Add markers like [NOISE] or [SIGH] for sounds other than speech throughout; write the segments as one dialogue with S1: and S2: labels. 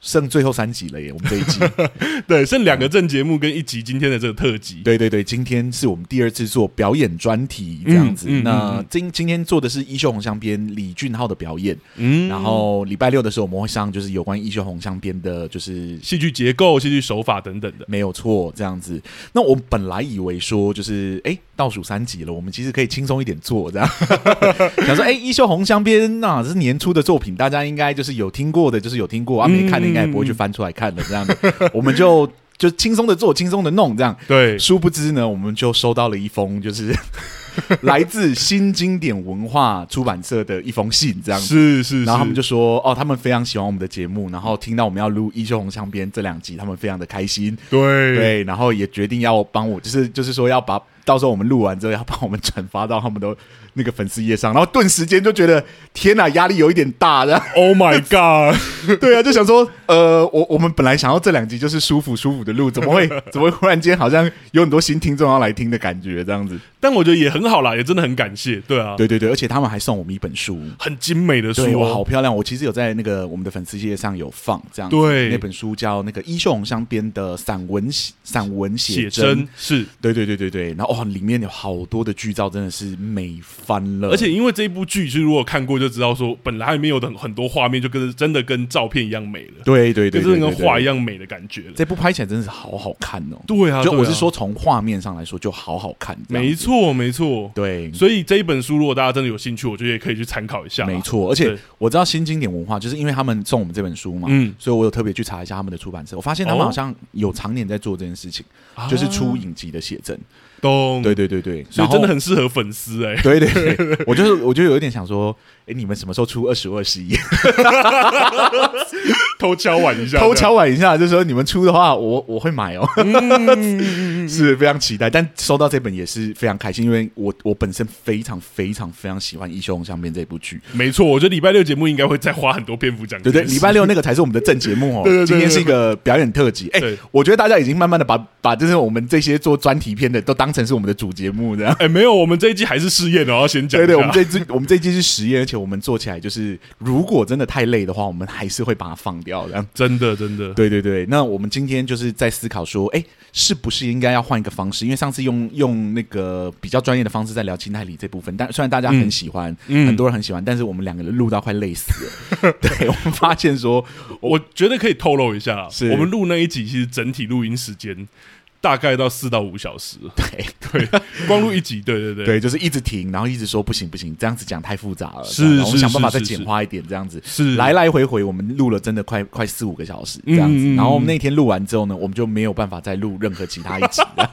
S1: 剩最后三集了耶，我们这一 [LAUGHS] 集。
S2: 对，剩两个正节目跟一集今天的这个特辑。
S1: 对对对，今天是我们第二次做表演专题这样子。
S2: 嗯嗯嗯
S1: 那
S2: 嗯
S1: 今今天做的是《衣袖红香边》李俊浩的表演，
S2: 嗯
S1: 然后礼拜六的时候我们会上就是有关《衣袖红香边》的，就是
S2: 戏剧结构、戏剧手法等等的。
S1: 没有错这样子。那我本来以为说就是哎倒数三集了，我们其实可以轻松一点做这样。 [LAUGHS] 想说哎，《衣袖红香边》那这是年初的作品，大家应该就是有听过的，就是有听过啊，没看的应该也不会去翻出来看的这样
S2: [LAUGHS]
S1: 子。我们就就轻松的做，轻松的弄这样。
S2: 对，
S1: 殊不知呢，我们就收到了一封就是 [LAUGHS] 来自新经典文化出版社的一封信，这样子。
S2: 是是，
S1: 然后他
S2: 是
S1: 们就说：“哦，他们非常喜欢我们的节目，然后听到我们要录《衣袖红香边》这两集，他们非常的开心。
S2: 对
S1: 对，然后也决定要帮我，就是就是说要把到时候我们录完之后要帮我们转发到他们的那个粉丝页上，然后顿时间就觉得天哪，压力有一点大，然后
S2: Oh my God！ [LAUGHS]
S1: 对啊，就想说，呃，我我们本来想要这两集就是舒服舒服的 [LAUGHS] 录，怎么会怎么会忽然间好像有很多新听众要来听的感觉这样子？
S2: 但我觉得也很好啦，也真的很感谢。对啊，
S1: 对对对，而且他们还送我们一本书。
S2: 很精美的书
S1: 对，我好
S2: 哦。
S1: 漂亮！我其实有在那个我们的粉丝页上有放这样子，
S2: 对
S1: 那本书叫那个衣袖红香边的散文写散文写
S2: 写
S1: 真
S2: 真，是，
S1: 对对对对对，然后哦，里面有好多的剧照，真的是美翻了，
S2: 而且因为这一部剧，就是如果看过就知道，说本来里面有的很多画面，就跟真的跟照片一样美了，
S1: 对对对
S2: 就
S1: 对
S2: 是
S1: 对
S2: 跟
S1: 对
S2: 画一样美的感觉了。
S1: 这部拍起来真的是好好看哦。
S2: 对啊，
S1: 就
S2: 对
S1: 我
S2: 啊
S1: 是说，，从画面上来说就好好看，这样子
S2: 没，错没错。
S1: 对，
S2: 所以这一本书，如果大家真的有兴趣，我觉得也可以去参考一下。
S1: 没，错。而且
S2: 啊对
S1: 我知道新经典文化，就是因为他们送我们这本书嘛，
S2: 嗯，
S1: 所以我有特别去查一下他们的出版社，我发现他们
S2: 哦
S1: 好像有常年在做这件事情，就是出
S2: 啊
S1: 影集的写真。
S2: 懂，
S1: 对，对对对，
S2: 所
S1: 然
S2: 以
S1: 后
S2: 真的很适合粉丝哎、 [LAUGHS]
S1: 对对对，我就是我就有一点想说，哎，你们什么时候出二十二十一？
S2: 偷敲碗一下，
S1: 偷敲碗一下，就说你们出的话，我我会买哦，[LAUGHS]
S2: 嗯
S1: 是非常期待。但收到这本也是非常开心，因为我我本身非常非常非常喜欢《义修红相边》这部剧，
S2: 这样。没错，我觉得礼拜六节目应该会再花很多篇幅讲这
S1: 对
S2: 件
S1: 对，
S2: 事。
S1: 礼拜六那个才是我们的正节目哦。
S2: [LAUGHS] 对对对对
S1: 今天是一个表演特辑，哎
S2: 对，
S1: 我觉得大家已经慢慢的把把就是我们这些做专题片的都当成是我们的主节目这样。
S2: 哎、没有，我们这一季还是试验的，我要先讲一
S1: 对
S2: 下。
S1: 对，我们这一季我们这一季是实验，而且我们做起来就是，如果真的太累的话，我们还是会把它放掉的。
S2: 真的真的，
S1: 对对对，那我们今天就是在思考说，哎，是不是应该要换一个方式？因为上次用用那个比较专业的方式在聊金泰里这部分，但虽然大家很喜欢，
S2: 嗯
S1: 很多人很喜欢，但是我们两个人录到快累死
S2: [LAUGHS]
S1: 了。对，我们发现说，
S2: 我觉得可以透露一下啦
S1: 是
S2: 我们录那一集其实整体录音时间大概到四到五小时，
S1: 对
S2: 光录一集，对对对。
S1: 对，就是一直停，然后一直说不行不行，这样子讲太复杂了，
S2: 是
S1: 这样然后我们
S2: 是
S1: 想办法再
S2: 是
S1: 简
S2: 是
S1: 化一点，这样子。
S2: 是
S1: 来来回回，我们录了真的快快四五个小时这样子，
S2: 嗯嗯嗯
S1: 然后我们那天录完之后呢，我们就没有办法再录任何其他一集
S2: [LAUGHS]
S1: 了，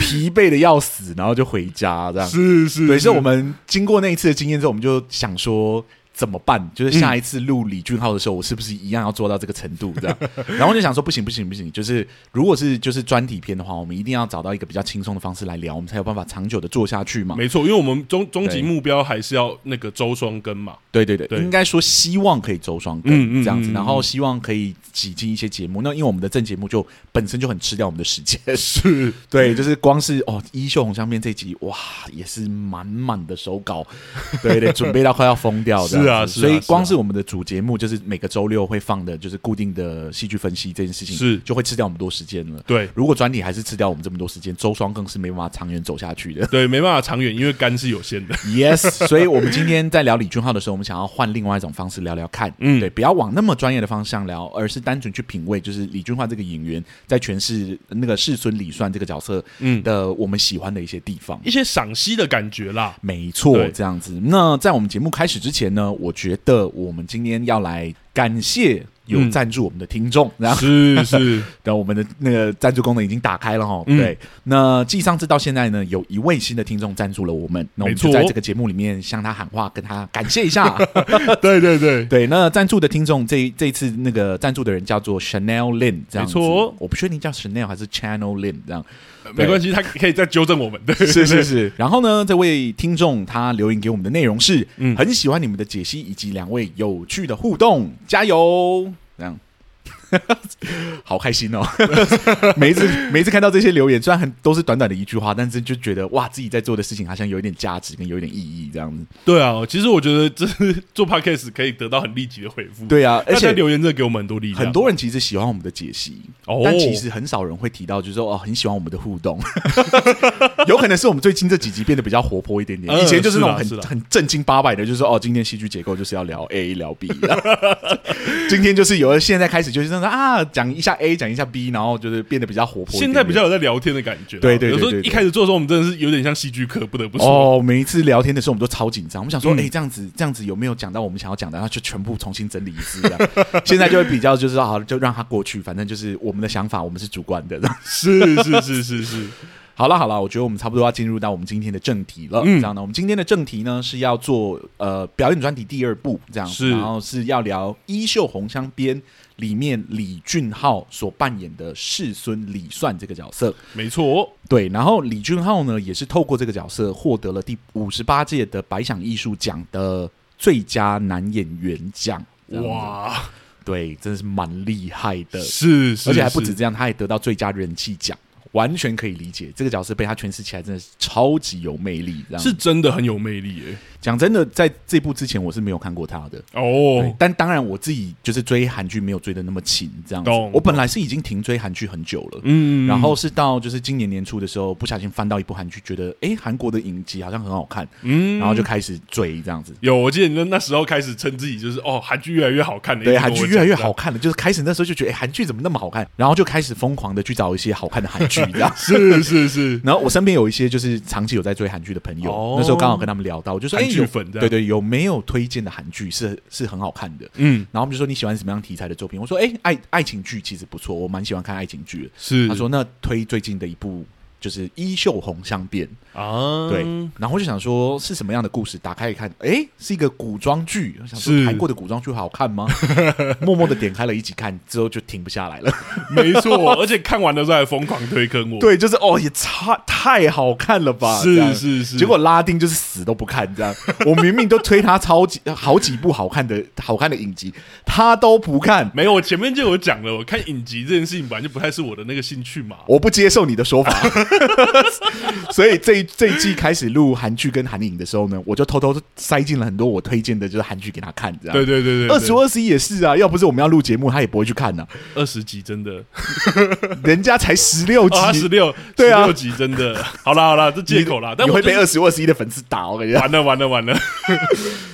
S1: 疲惫的要死，然后就回家这样。
S2: 是是，
S1: 对，
S2: 是
S1: 所以我们经过那一次的经验之后，我们就想说怎么办？就是下一次录李俊浩的时候，我是不是一样要做到这个程度？这
S2: [LAUGHS]
S1: 样，然后我就想说不行不行不行，就是如果是就是专题片的话，我们一定要找到一个比较轻松的方式来聊，我们才有办法长久的做下去嘛。
S2: 没错，因为我们终终
S1: 对
S2: 极目标还是要那个周双更嘛。
S1: 对对对，
S2: 对
S1: 应该说希望可以周双更
S2: 嗯嗯
S1: 这样子，
S2: 嗯嗯
S1: 然后希望可以挤进一些节目。那因为我们的正节目就本身就很吃掉我们的时
S2: [LAUGHS]
S1: 间，
S2: 是，
S1: 对，就是光是哦，《衣袖红香边》这集哇，也是满满的手稿，对对，准备到快要疯掉的。
S2: 是啊是啊
S1: 所以
S2: 是啊
S1: 光是我们的主节目，就是每个周六会放的，就是固定的戏剧分析这件事情，
S2: 是
S1: 就会吃掉我们多时间了。
S2: 对
S1: 如果专题还是吃掉我们这么多时间，周双更是没办法长远走下去的。
S2: [LAUGHS] 对，没办法长远，因为肝是
S1: [LAUGHS]
S2: 有限的。
S1: Yes，所以我们今天在聊李俊浩的时候，我们想要换另外一种方式聊聊看，嗯，
S2: 嗯
S1: 对，不要往那么专业的方向聊，而是单纯去品味，就是李俊浩这个演员在诠释那个世孙李算这个角色，嗯
S2: 嗯
S1: 的我们喜欢的一些地方。
S2: 一些赏析的感觉啦。
S1: 没错，
S2: 对
S1: 这样子。那在我们节目开始之前呢，我觉得我们今天要来感谢有
S2: 嗯
S1: 赞助我们的听众，然后。
S2: 是是，
S1: 然后我们的那个赞助功能已经打开了哈，
S2: 嗯
S1: 对。那继上次到现在呢，有一位新的听众赞助了我们，那我们
S2: 没错
S1: 就在这个节目里面向他喊话，跟他感谢一
S2: [LAUGHS]
S1: 下。
S2: 对对对，
S1: [LAUGHS] 对，那赞助的听众这这一次那个赞助的人叫做 Chanel Lin，这样子
S2: 没错
S1: 我不确定叫 Chanel 还是 Channel Lin 这样。
S2: 没关系，他可以再纠正我们。对，
S1: [LAUGHS] 是是是。然后呢，这位听众他留言给我们的内容是，
S2: 嗯
S1: 很喜欢你们的解析以及两位有趣的互动，加油！这样。 [LAUGHS] 好开心哦！ [LAUGHS] 每一次每一次看到这些留言，虽然很都是短短的一句话，但是就觉得哇，自己在做的事情好像有一点价值跟有一点意义这样子。
S2: 对啊，其实我觉得这是做 podcast 可以得到很立即的回复。，
S1: 对啊，而
S2: 大家
S1: 且
S2: 留言真的给我们很多力量，
S1: 很多人其实喜欢我们的解析，
S2: 哦
S1: 但其实很少人会提到，就是说哦，很喜欢我们的互动。 [LAUGHS] 有可能是我们最近这几集变得比较活泼一点点，
S2: 嗯
S1: 以前就是那种
S2: 是
S1: 很
S2: 啦是啦
S1: 很正经八百的，就是说哦，今天戏剧结构就是要聊 A 聊 B，今
S2: [LAUGHS]
S1: 天就是有了现在开始就是那种啊，讲一下 A 讲一下 B，然后就是变得比较活泼一点点。
S2: 现在比较有在聊天的感觉啊。
S1: 对对对对
S2: 有时
S1: 对
S2: 候一开始做的时候，我们真的是有点像戏剧课，不得不说。
S1: 哦，每一次聊天的时候，我们都超紧张。我们想说，
S2: 嗯
S1: 哎、这样子，这样子有没有讲到我们想要讲的？然后就全部重新整理一次。这样现在就会比较，就是说好，就让它过去，反正就是我们的想法，我们是主观的。
S2: 是是是是
S1: [LAUGHS]
S2: 是，
S1: 好了好了，我觉得我们差不多要进入到我们今天的正题了。
S2: 嗯
S1: 这样呢，我们今天的正题呢是要做呃表演专题第二部这样，
S2: 是
S1: 然后是要聊《衣袖红香边》里面李俊浩所扮演的世孙李算这个角色。
S2: 没错。
S1: 对，然后李俊浩呢，也是透过这个角色获得了第五十八届的百想艺术奖的最佳男演员奖。哇，
S2: 哇，
S1: 对，真的是蛮厉害的，
S2: 是是，
S1: 而且还不止
S2: 是
S1: 这样，他还得到最佳人气奖，完全可以理解这个角色被他诠释起来真的是超级有魅力。这样
S2: 是真的很有魅力耶。
S1: 讲真的，在这部之前我是没有看过他的。对
S2: 哦，
S1: 但当然，我自己就是追韩剧没有追的那么勤，这样子
S2: 懂。
S1: 我本来是已经停追韩剧很久了，
S2: 嗯
S1: 然后是到就是今年年初的时候，不小心翻到一部韩剧，觉得诶韩国的影集好像很好看，
S2: 嗯
S1: 然后就开始追这样子。
S2: 有，我记得你那那时候开始称自己就是哦，韩剧越来越好看了，一
S1: 对，
S2: 直跟
S1: 韩
S2: 我
S1: 剧越来越
S2: 讲
S1: 好看了，就是开始那时候就觉得，诶韩剧怎么那么好看？然后就开始疯狂的去找一些好看的韩剧，这样。
S2: 这样，是是
S1: [LAUGHS]
S2: 是，
S1: 然后我身边有一些就是长期有在追韩剧的朋友，
S2: 哦
S1: 那时候刚好跟他们聊到，我就说，诶哎
S2: 韩剧
S1: 有
S2: 粉这样
S1: 对对，有没有推荐的韩剧是是很好看的？
S2: 嗯，
S1: 然后我们就说你喜欢什么样题材的作品？我说，诶，爱爱情剧其实不错，我蛮喜欢看爱情剧的。
S2: 是
S1: 他说，那推最近的一部就是《衣袖红香边》。
S2: 啊，
S1: 对，然后我就想说是什么样的故事？打开一看，诶，是一个古装剧。我想说
S2: 是
S1: 韩国的古装剧好看吗？ [LAUGHS] 默默的点开了一集看，之后就停不下来了。
S2: 没错， [LAUGHS] 而且看完的时候还疯狂推坑我，，
S1: 对，就是哦，也差太好看了吧？这样
S2: 是是是，
S1: 结果拉丁就是死都不看，这样。我明明都推他超级好几部好看的好看的影集，他都不看。
S2: 没有，我前面就有讲了，我看影集这件事情本来就不太是我的那个兴趣嘛，
S1: 我不接受你的说法， [LAUGHS] 所以这一这一季开始录韩剧跟韩影的时候呢，我就偷偷塞进了很多我推荐的，就是韩剧给他看，这样。
S2: 对对对对，
S1: 二十二十一也是啊，要不是我们要录节目，他也不会去看呐、啊
S2: 二十集
S1: [LAUGHS]
S2: 真的，
S1: 人家才十六集，
S2: 啊十六，
S1: [LAUGHS] 对啊
S2: 十六集真的，好啦好啦，这借口啦，但
S1: 你
S2: 我
S1: 会
S2: 就
S1: 被
S2: 是
S1: 二十二十一的粉丝打，我跟你讲。
S2: 完了完了完了，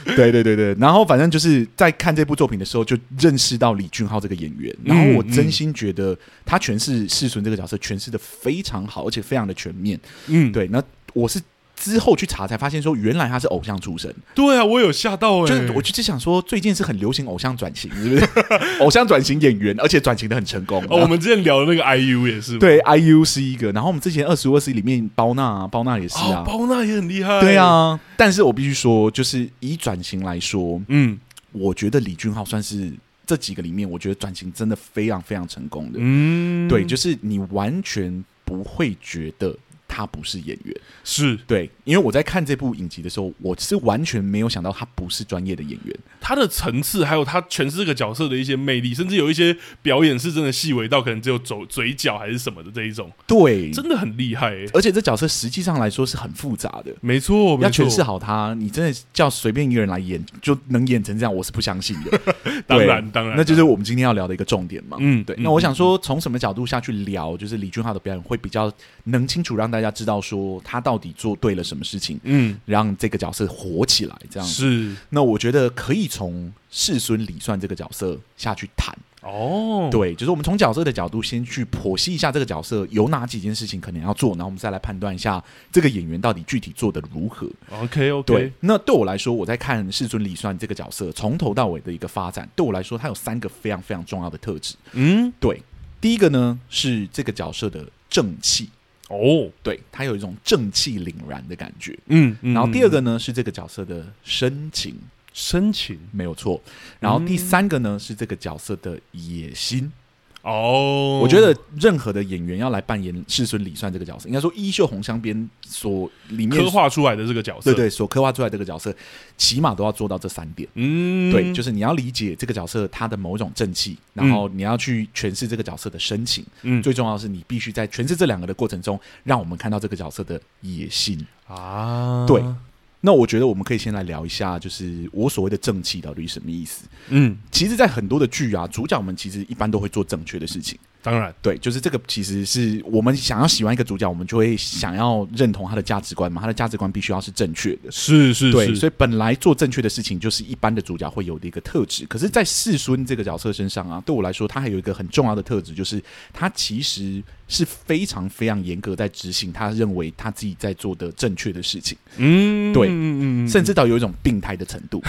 S1: [LAUGHS] 对对对对，然后反正就是在看这部作品的时候，就认识到李俊浩这个演员，然
S2: 嗯
S1: 后我真心觉得他诠释世孙这个角色诠释的非常好，而且非常的全面。
S2: 嗯，
S1: 对，那我是。之后去查才发现，说原来他是偶像出身，
S2: 对啊，我有吓到哎，
S1: 就是我就想说，最近是很流行偶像转型，是不是？ [LAUGHS] 偶像转型演员，而且转型的很成功。
S2: 哦，我们之前聊的那个 IU 也是，，哦
S1: 对 IU 是一个，然后我们之前二十五二十里面包娜、啊，包娜也是啊，
S2: 哦，包娜也很厉害，
S1: 对，啊。但是我必须说，就是以转型来说，
S2: 嗯
S1: 我觉得李俊浩算是这几个里面，我觉得转型真的非常非常成功的。
S2: 嗯，
S1: 对，就是你完全不会觉得他不是演员。
S2: 是
S1: 对，因为我在看这部影集的时候，我是完全没有想到他不是专业的演员。
S2: 他的层次，还有他诠释这个角色的一些魅力，甚至有一些表演是真的细微到可能只有走嘴角还是什么的这一种，
S1: 对，
S2: 真的很厉害、欸。
S1: 而且这角色实际上来说是很复杂的。
S2: 没错，
S1: 要
S2: 没错
S1: 诠释，啊好他，你真的叫随便一个人来演就能演成这样，我是不相信的。
S2: 当
S1: 对
S2: 然当然，
S1: 那就是我们今天要聊的一个重点嘛。
S2: 啊嗯
S1: 对。
S2: 嗯
S1: 那我想说，从什么角度下去聊，就是李俊浩的表演会比较能清楚让大家知道说他到底做对了什么事情，
S2: 嗯，
S1: 让这个角色火起来。这样，
S2: 是
S1: 那我觉得可以从世孙李算这个角色下去谈。
S2: 哦，
S1: 对，就是我们从角色的角度先去剖析一下这个角色有哪几件事情可能要做，然后我们再来判断一下这个演员到底具体做的如何。
S2: ，OK OK，
S1: 对，那对我来说，我在看世尊李算这个角色从头到尾的一个发展，对我来说，他有三个非常非常重要的特质。
S2: 嗯，
S1: 对，第一个呢是这个角色的正气，
S2: 哦，
S1: 对他有一种正气凛然的感觉。
S2: 嗯，嗯
S1: 然后第二个呢是这个角色的深情，
S2: 深情
S1: 没有错。然后第三个呢是这个角色的野心，
S2: 哦，
S1: 我觉得任何的演员要来扮演世孙李算这个角色，应该说衣袖红香边所里面
S2: 刻画出来的这个角
S1: 对，
S2: 色，
S1: 对所刻画出来这个角色，起码都要做到这三点。
S2: 嗯，
S1: 对，就是你要理解这个角色他的某种正气，然后你要去诠释这个角色的深情。
S2: 嗯
S1: 最重要的是，你必须在诠释这两个的过程中，让我们看到这个角色的野心。
S2: 啊，
S1: 对那我觉得我们可以先来聊一下，就是我所谓的正气到底是什么意思。
S2: 嗯，
S1: 其实，在很多的剧啊，主角们其实一般都会做正确的事情。
S2: 当然，
S1: 对，就是这个，其实是我们想要喜欢一个主角，我们就会想要认同他的价值观嘛，他的价值观必须要是正确的。
S2: 是是
S1: 对，
S2: 是，
S1: 所以本来做正确的事情就是一般的主角会有的一个特质，可是，在世孙这个角色身上啊，对我来说，他还有一个很重要的特质，就是他其实是非常非常严格在执行他认为他自己在做的正确的事情，
S2: 嗯，
S1: 对
S2: 嗯嗯嗯
S1: 甚至到有一种病态的程度。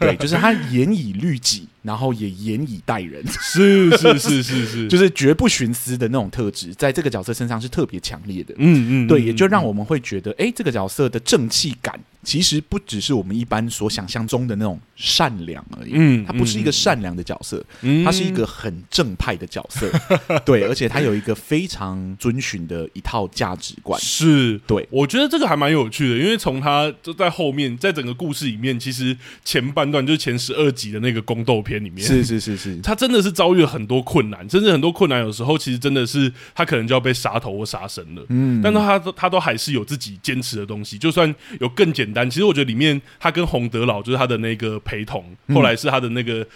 S1: 对，就是他严以律己，然后也严以待人，
S2: [LAUGHS] 是是是
S1: [LAUGHS]
S2: 是是，
S1: 就是绝不徇私的那种特质，在这个角色身上是特别强烈的。
S2: 嗯嗯，
S1: 对，
S2: 嗯
S1: 也就让
S2: 嗯
S1: 我们会觉得，哎、这个角色的正气感其实不只是我们一般所想象中的那种善良而已。
S2: 嗯
S1: 他不是一个善良的角色，
S2: 嗯
S1: 他是一个很正派的角色。对，而且他有一个非常遵循的一套价值观。
S2: 是
S1: 对
S2: 我觉得这个还蛮有趣的，因为从他就在后面，在整个故事里面，其实前半段就是前十二集的那个宫斗片里面，
S1: 是是是是，
S2: 他真的是遭遇了很多困难，甚至很多困难有时候其实真的是他可能就要被杀头或杀身了。
S1: 嗯，
S2: 但是他都他都还是有自己坚持的东西，就算有更简单，其实我觉得里面他跟洪德老就是他的那个陪同，后来是他的那个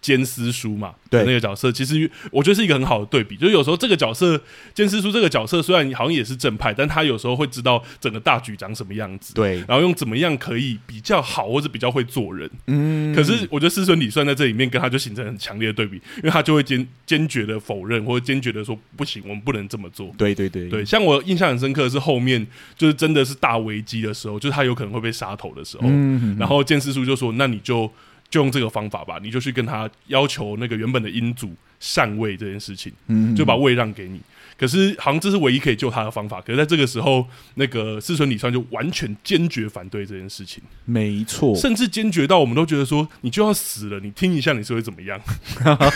S2: 监司书嘛，
S1: 嗯对
S2: 那个角色，其实我觉得是一个很好的对比。就是有时候这个角色监司书这个角色虽然好像也是正派，但他有时候会知道整个大局长什么样子，
S1: 对，
S2: 然后用怎么样可以比较好或者比较会做人。
S1: 嗯，
S2: 可是我觉得师孙李算在这里面跟他就形成很强烈的对比，因为他就会坚坚决的否认或者坚决的说不行，我们不能这么做。
S1: 对对对
S2: 对，像我印象很深刻的是后面就是真的是大危机的时候，就是他有可能会被杀头的时候，
S1: 嗯
S2: 然后建师叔就说：“那你就就用这个方法吧，你就去跟他要求那个原本的英主禅位这件事情，
S1: 嗯
S2: 就把位让给你。”可是好像这是唯一可以救他的方法。可是在这个时候，那个四川李川就完全坚决反对这件事情，
S1: 没错，
S2: 甚至坚决到我们都觉得说：“你就要死了，你听一下你是会怎么样？” [LAUGHS]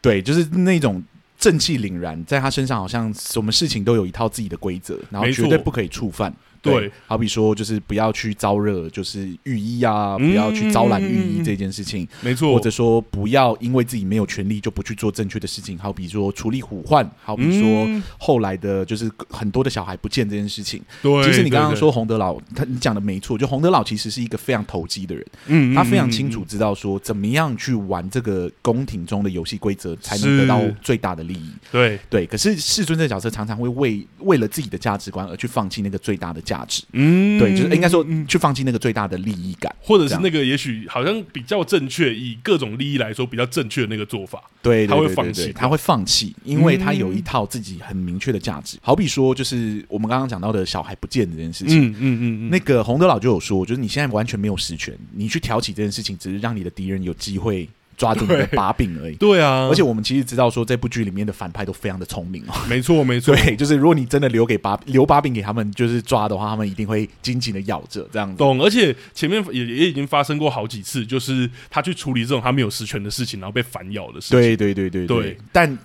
S1: 对，就是那种。正气凛然，在他身上好像什么事情都有一套自己的规则，然后
S2: 没
S1: 绝
S2: 错
S1: 对不可以触犯。
S2: 对，
S1: 好比说就是不要去招惹，就是御医啊，不要去招揽御医这件事情。
S2: 嗯没错，
S1: 或者说不要因为自己没有权利就不去做正确的事情，好比说处理虎患，好比说
S2: 嗯
S1: 后来的就是很多的小孩不见这件事情。
S2: 对，
S1: 其实你刚刚
S2: 对，
S1: 说洪德老，他你讲的没错，就洪德老其实是一个非常投机的人，
S2: 对嗯
S1: 他非常清。
S2: 嗯嗯嗯
S1: 楚知道说怎么样去玩这个宫廷中的游戏规则，才能得到
S2: 是
S1: 最大的利益。
S2: 对，
S1: 对，可是世尊这个角色常常会为为了自己的价值观而去放弃那个最大的价值，
S2: 嗯
S1: 对，就是应该说
S2: 嗯
S1: 去放弃那个最大的利益感。
S2: 或者是那个也许好像比较正确，以各种利益来说比较正确的那个做法。
S1: 对，对
S2: 他会
S1: 对
S2: 放
S1: 对对
S2: 弃
S1: 他会放弃，因为他有一套自己很明确的价值。好比说，就是我们刚刚讲到的小孩不见这件事情。
S2: 嗯嗯嗯
S1: 那个洪德老就有说，就是你现在完全没有实权，你去挑起这件事情，只是让你的敌人有机会抓住你的
S2: 对
S1: 把柄而已。
S2: 对啊，
S1: 而且我们其实知道说，这部剧里面的反派都非常的聪明哦。 [LAUGHS]
S2: 没错没错，
S1: 对，就是如果你真的留给把留把柄给他们，就是抓的话，他们一定会紧紧的咬着这样子。
S2: 懂。而且前面也也已经发生过好几次，就是他去处理这种他没有实权的事情，然后被反咬的事情。
S1: 对对对对
S2: 对
S1: 但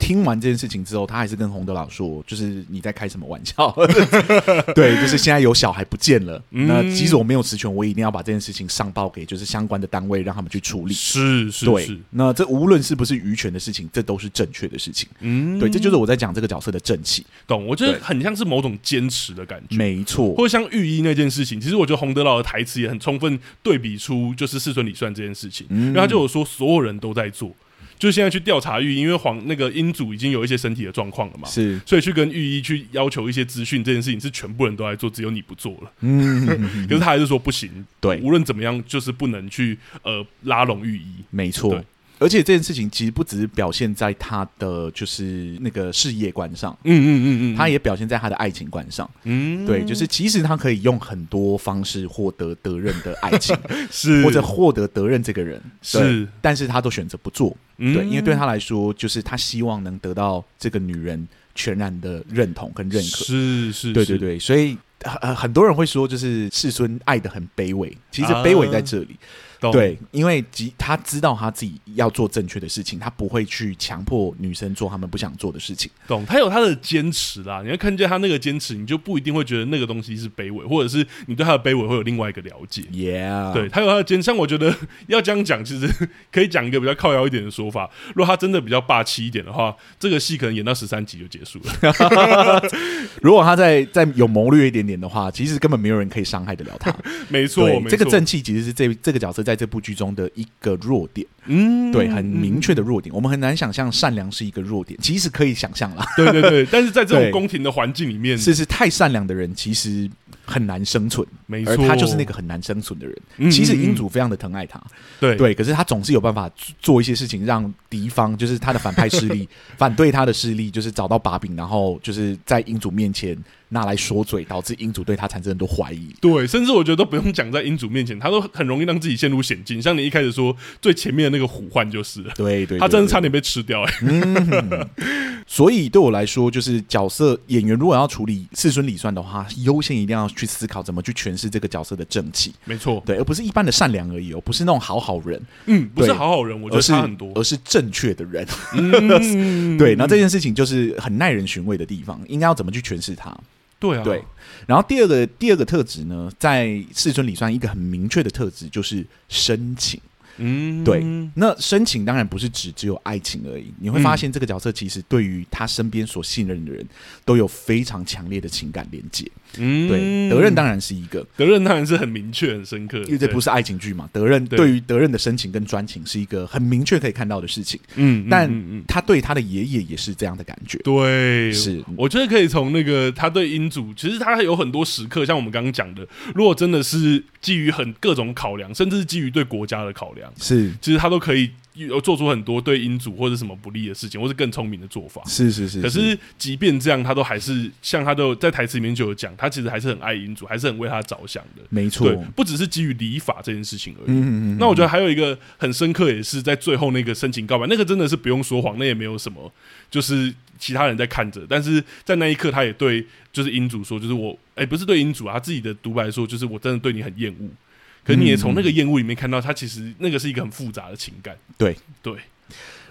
S1: 听完这件事情之后，他还是跟洪德老说，就是你在开什么玩笑？ [LAUGHS] 对，就是现在有小孩不见了，
S2: 嗯
S1: 那即使我没有实权，我也一定要把这件事情上报给就是相关的单位，让他们去处理。
S2: 是是
S1: 对
S2: 是，，
S1: 那这无论是不是渔权的事情，这都是正确的事情。
S2: 嗯
S1: 对，这就是我在讲这个角色的正气。
S2: 懂。我觉得
S1: 对
S2: 很像是某种坚持的感觉。
S1: 没错，
S2: 或像御医那件事情，其实我觉得洪德老的台词也很充分对比出就是世孙李算这件事情，
S1: 嗯
S2: 因为他就有说所有人都在做，就是现在去调查御医，因为皇那个英主已经有一些身体的状况了嘛，
S1: 是，
S2: 所以去跟御医去要求一些资讯这件事情是全部人都在做，只有你不做了。
S1: 嗯，
S2: [LAUGHS] 可是他还是说不行，
S1: 对，
S2: 无论怎么样就是不能去呃拉拢御医。
S1: 没错
S2: 对。
S1: 而且这件事情其实不只是表现在他的就是那个事业观上，
S2: 嗯嗯嗯嗯，
S1: 他也表现在他的爱情观上。
S2: 嗯
S1: 对，就是其实他可以用很多方式获得德任的爱情，
S2: [LAUGHS] 是
S1: 或者获得德任这个人，对
S2: 是，
S1: 但是他都选择不做，
S2: 嗯
S1: 对，因为对他来说，就是他希望能得到这个女人全然的认同跟认可，
S2: 是是，
S1: 对对
S2: 是，
S1: 对，所以呃很多人会说，就是世孙爱的很卑微，其实
S2: 啊
S1: 卑微在这里。
S2: 懂，
S1: 对，因为即他知道他自己要做正确的事情，他不会去强迫女生做他们不想做的事情。
S2: 懂，他有他的坚持啦。你要看见他那个坚持，你就不一定会觉得那个东西是卑微，或者是你对他的卑微会有另外一个了解。
S1: Yeah，
S2: 对，他有他的坚持。像我觉得 [LAUGHS] 要这样讲，其实 [LAUGHS] 可以讲一个比较靠腰一点的说法。如果他真的比较霸气一点的话，这个戏可能演到十三集就结束了。 [LAUGHS]
S1: 如果他再再有谋略一点点的话，其实根本没有人可以伤害得了他。
S2: [LAUGHS] 没错，
S1: 对，
S2: 没
S1: 这个
S2: 错
S1: 正气其实是这这个角色在这部剧中的一个弱点，
S2: 嗯
S1: 对，很明
S2: 确。
S1: 确的弱点。我们很难想象善良是一个弱点，其实可以想象啦。
S2: 对对对，但是在这
S1: [LAUGHS]
S2: 种
S1: 对
S2: 宫廷的环境里面，
S1: 是是，太善良的人其实很难生存，
S2: 没
S1: 而
S2: 错，嗯
S1: 他就是那个很难生存的人。其实英
S2: 英
S1: 主非常的疼爱他，
S2: 对
S1: 对，可是他总是有办法做一些事情，让敌方就是他的反派势
S2: [LAUGHS]
S1: 力反对他的势力，就是找到把柄，然后就是在英主面前拿来说嘴，导致英主对他产生很多怀疑。
S2: 对，甚至我觉得都不用讲在英主面前，他都很容易让自己陷入险境。像你一开始说最前面的那个虎患就是了，
S1: 对对，
S2: 他真的
S1: 对
S2: 差点被吃掉、哎，
S1: 所以对我来说，就是角色演员如果要处理四孙理算的话，优先一定要去思考怎么去诠释这个角色的正气，
S2: 没错，
S1: 对，而不是一般的善良而已哦，不是那种好好人，
S2: 嗯，不是
S1: 对
S2: 好好人，我觉
S1: 而
S2: 得
S1: 是
S2: 差很多。
S1: 而是正确的
S2: [LAUGHS]
S1: 人。
S2: 嗯
S1: 对，然后这件事情就是很耐人寻味的地方，应该要怎么去诠释它？
S2: 对啊，
S1: 对，然后第二个第二个特质呢，在世尊里算一个很明确的特质就是深情。
S2: 嗯，
S1: 对那深情当然不是指只有爱情而已，你会
S2: 嗯
S1: 发现这个角色其实对于他身边所信任的人都有非常强烈的情感连接。
S2: 嗯
S1: 对，德任当然是一个，
S2: 德任当然是很明确、很深刻，
S1: 因为这
S2: 对
S1: 不是爱情剧嘛。德任
S2: 对
S1: 对于德任的深情跟专情是一个很明确可以看到的事情，
S2: 嗯，嗯
S1: 但
S2: 嗯嗯
S1: 他对他的爷爷也是这样的感觉。
S2: 对
S1: 是，
S2: 我觉得可以从那个他对英主，其实他有很多时刻，像我们刚刚讲的，如果真的是基于很各种考量，甚至是基于对国家的考量，
S1: 是
S2: 其实他都可以有做出很多对英主或者什么不利的事情，或是更聪明的做法。
S1: 是是是，
S2: 可是即便这样，他都还是像他都有在台词里面就有讲，他其实还是很爱英主，还是很为他着想的。
S1: 没错嗯
S2: 对，，不只是基于礼法这件事情而已。
S1: 嗯嗯嗯，
S2: 那我觉
S1: 得
S2: 得还有一个很深刻，也是在最后那个深情告白，那个真的是不用说谎，那也没有什么，就是其他人在看着，但是在那一刻，他也对就是英主说，就是我，哎、不是对英主啊，他自己的独白说，就是我真的对你啊很厌恶。
S1: 嗯
S2: 可是你也从那个厌恶里面看到，他其实那个是一个很复杂的情感。
S1: 对
S2: 对，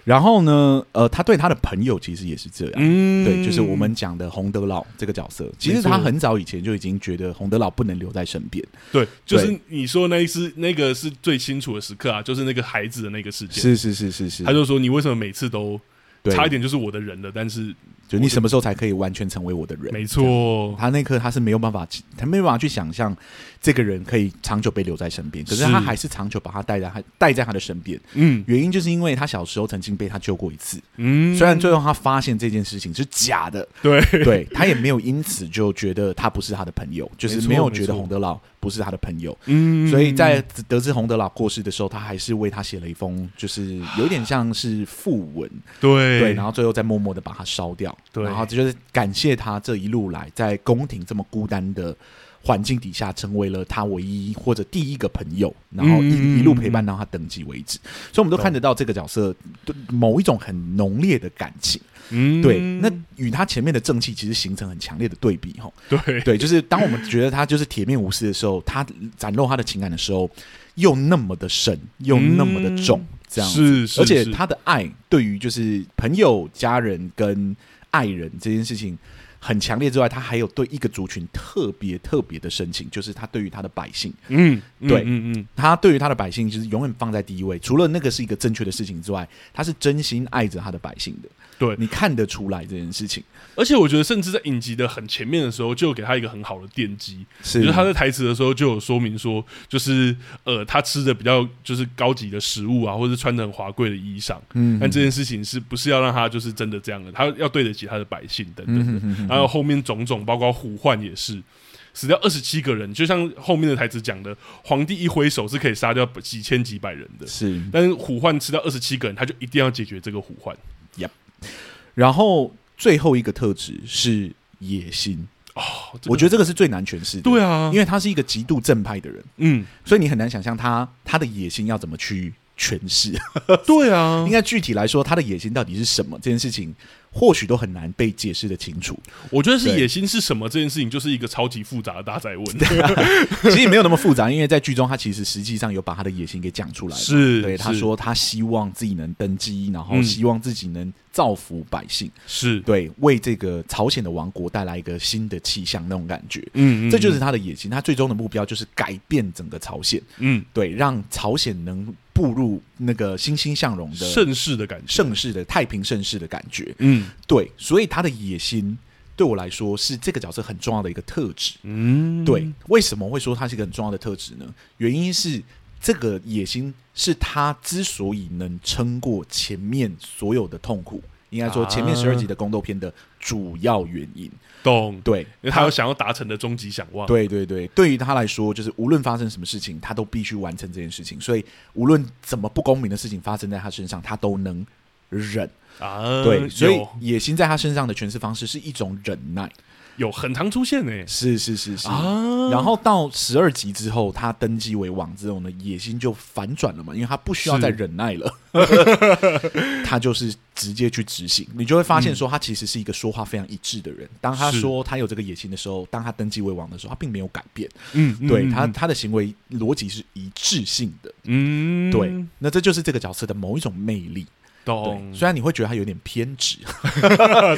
S1: 然后呢，呃，他对他的朋友其实也是这样。
S2: 嗯
S1: 对，就是我们讲的洪德老这个角色，其
S2: 没
S1: 实
S2: 错
S1: 他很早以前就已经觉得洪德老不能留在身边，
S2: 对，就是
S1: 对
S2: 你说那一次那个是最清楚的时刻啊，就是那个孩子的那个事件。
S1: 是是是是是，
S2: 他就说：“你为什么每次都
S1: 对
S2: 差一点就是我的人了？”但是
S1: 就你什么时候才可以完全成为我的人？
S2: 没错，
S1: 他那刻他是没有办法，他没有办法去想象这个人可以长久被留在身边，可是
S2: 是
S1: 他还是长久把他带在他带在他的身边。
S2: 嗯
S1: 原因就是因为他小时候曾经被他救过一次，
S2: 嗯，
S1: 虽然最后他发现这件事情是假
S2: [LAUGHS]
S1: 的，
S2: 对
S1: 对他也没有因此就觉得他不是他的朋友，就是
S2: 没错
S1: 没有觉得
S2: 没错
S1: 洪德老不是他的朋友。[LAUGHS]
S2: 嗯
S1: 所以在得知洪德老过世的时候，他还是为他写了一封，就是有点像是讣文，
S2: [SIGHS] 对
S1: 对，然后最后再默默的把它烧掉，
S2: 对
S1: 然后这就是感谢他这一路来在宫廷这么孤单的环境底下，成为了他唯一或者第一个朋友，然后一、
S2: 嗯
S1: 一路陪伴到他登基为止，所以我们都看得到这个角色对某一种很浓烈的感情，
S2: 嗯
S1: 对，那与他前面的正气其实形成很强烈的对比，哈，
S2: 对
S1: [LAUGHS] 对，就是当我们觉得他就是铁面无私的时候，他展露他的情感的时候，又那么的深，又那么的重，
S2: 嗯
S1: 这样子
S2: 是是
S1: 而且
S2: 是
S1: 他的爱对于就是朋友、家人跟爱人这件事情很强烈之外，他还有对一个族群特别特别的深情，就是他对于他的百姓，
S2: 嗯嗯
S1: 对
S2: 嗯嗯
S1: 他对于他的百姓就是永远放在第一位。除了那个是一个正确的事情之外，他是真心爱着他的百姓的。
S2: 对
S1: 你看得出来这件事情
S2: 而且我觉得甚至在影集的很前面的时候，就给他一个很好的奠基，
S1: 是
S2: 就是他在台词的时候就有说明说，就是呃他吃的比较就是高级的食物啊，或者穿的很华贵的衣裳，
S1: 嗯
S2: 但这件事情是不是要让他就是真的这样的，他要对得起他的百姓等
S1: 嗯
S2: 等
S1: 哼
S2: 的，
S1: 哼哼
S2: 然后后面种种包括虎患也是。死掉二十七个人，就像后面的台词讲的，皇帝一挥手是可以杀掉几千几百人的。
S1: 是
S2: 但是虎患吃掉二十七个人，他就一定要解决这个虎患。
S1: 然后最后一个特质是野心，
S2: 哦，
S1: 我觉得
S2: 得
S1: 这个是最难诠释的。
S2: 对啊，
S1: 因
S2: 为
S1: 为他是一个极度正派的人，
S2: 嗯，
S1: 所以你很难想象他他的野心要怎么去诠释。
S2: 对啊
S1: 应，该具体来说，他的野心到底是什么？这件事情或许都很难被解释的清
S2: [LAUGHS]
S1: 楚。
S2: 我觉得是
S1: 对
S2: 野心是什么这件事情，就是一个超级复杂的大灾问。
S1: [LAUGHS] 其实也没有那么复杂，因为在剧中他其实实际上有把他的野心给讲出来嘛。
S2: 是
S1: 对，他
S2: 是
S1: 说他希望自己能登基，然后
S2: 嗯
S1: 希望自己能造福百姓，
S2: 是，
S1: 对，为这个朝鲜的王国带来一个新的气象那种感觉。
S2: 嗯，嗯
S1: 这就是他的野心，他最终的目标就是改变整个朝鲜，
S2: 嗯
S1: 对，让朝鲜能步入那个欣欣向荣的
S2: 嗯盛世的感觉。
S1: 盛世的太平盛世的感觉。
S2: 嗯
S1: 对，所以他的野心对我来说是这个角色很重要的一个特质。
S2: 嗯，
S1: 对，为什么会说它是一个很重要的特质呢？原因是这个野心是他之所以能撑过前面所有的痛苦，应该说前面
S2: 啊
S1: 十二集的宫斗片的主要原因。
S2: 懂。
S1: 对，
S2: 因为他有想要达成的终极想望。
S1: 对对对，对于他来说，就是无论发生什么事情，他都必须完成这件事情。所以无论怎么不公平的事情发生在他身上，他都能忍。
S2: 啊，
S1: 对，所以
S2: 有啊
S1: 野心在他身上的诠释方式是一种忍耐。
S2: 有很常出现呢、
S1: 是是是是
S2: 啊
S1: 然后到十二集之后，他登基为王之后呢，野心就反转了嘛，因为他不需要
S2: 是
S1: 再忍耐
S2: [LAUGHS]
S1: 了，他就是直接去执行。你就会发现说，他其实是一个说话非常一致的人。当他
S2: 是
S1: 说他有这个野心的时候，当他登基为王的时候，他并没有改变，
S2: 嗯，嗯
S1: 对他，他的行为逻辑是一致性的。
S2: 嗯，哦
S1: 对，那这就是这个角色的某一种魅力。对，
S2: 懂。
S1: 虽然你会觉得他有点偏
S2: [LAUGHS]
S1: 执，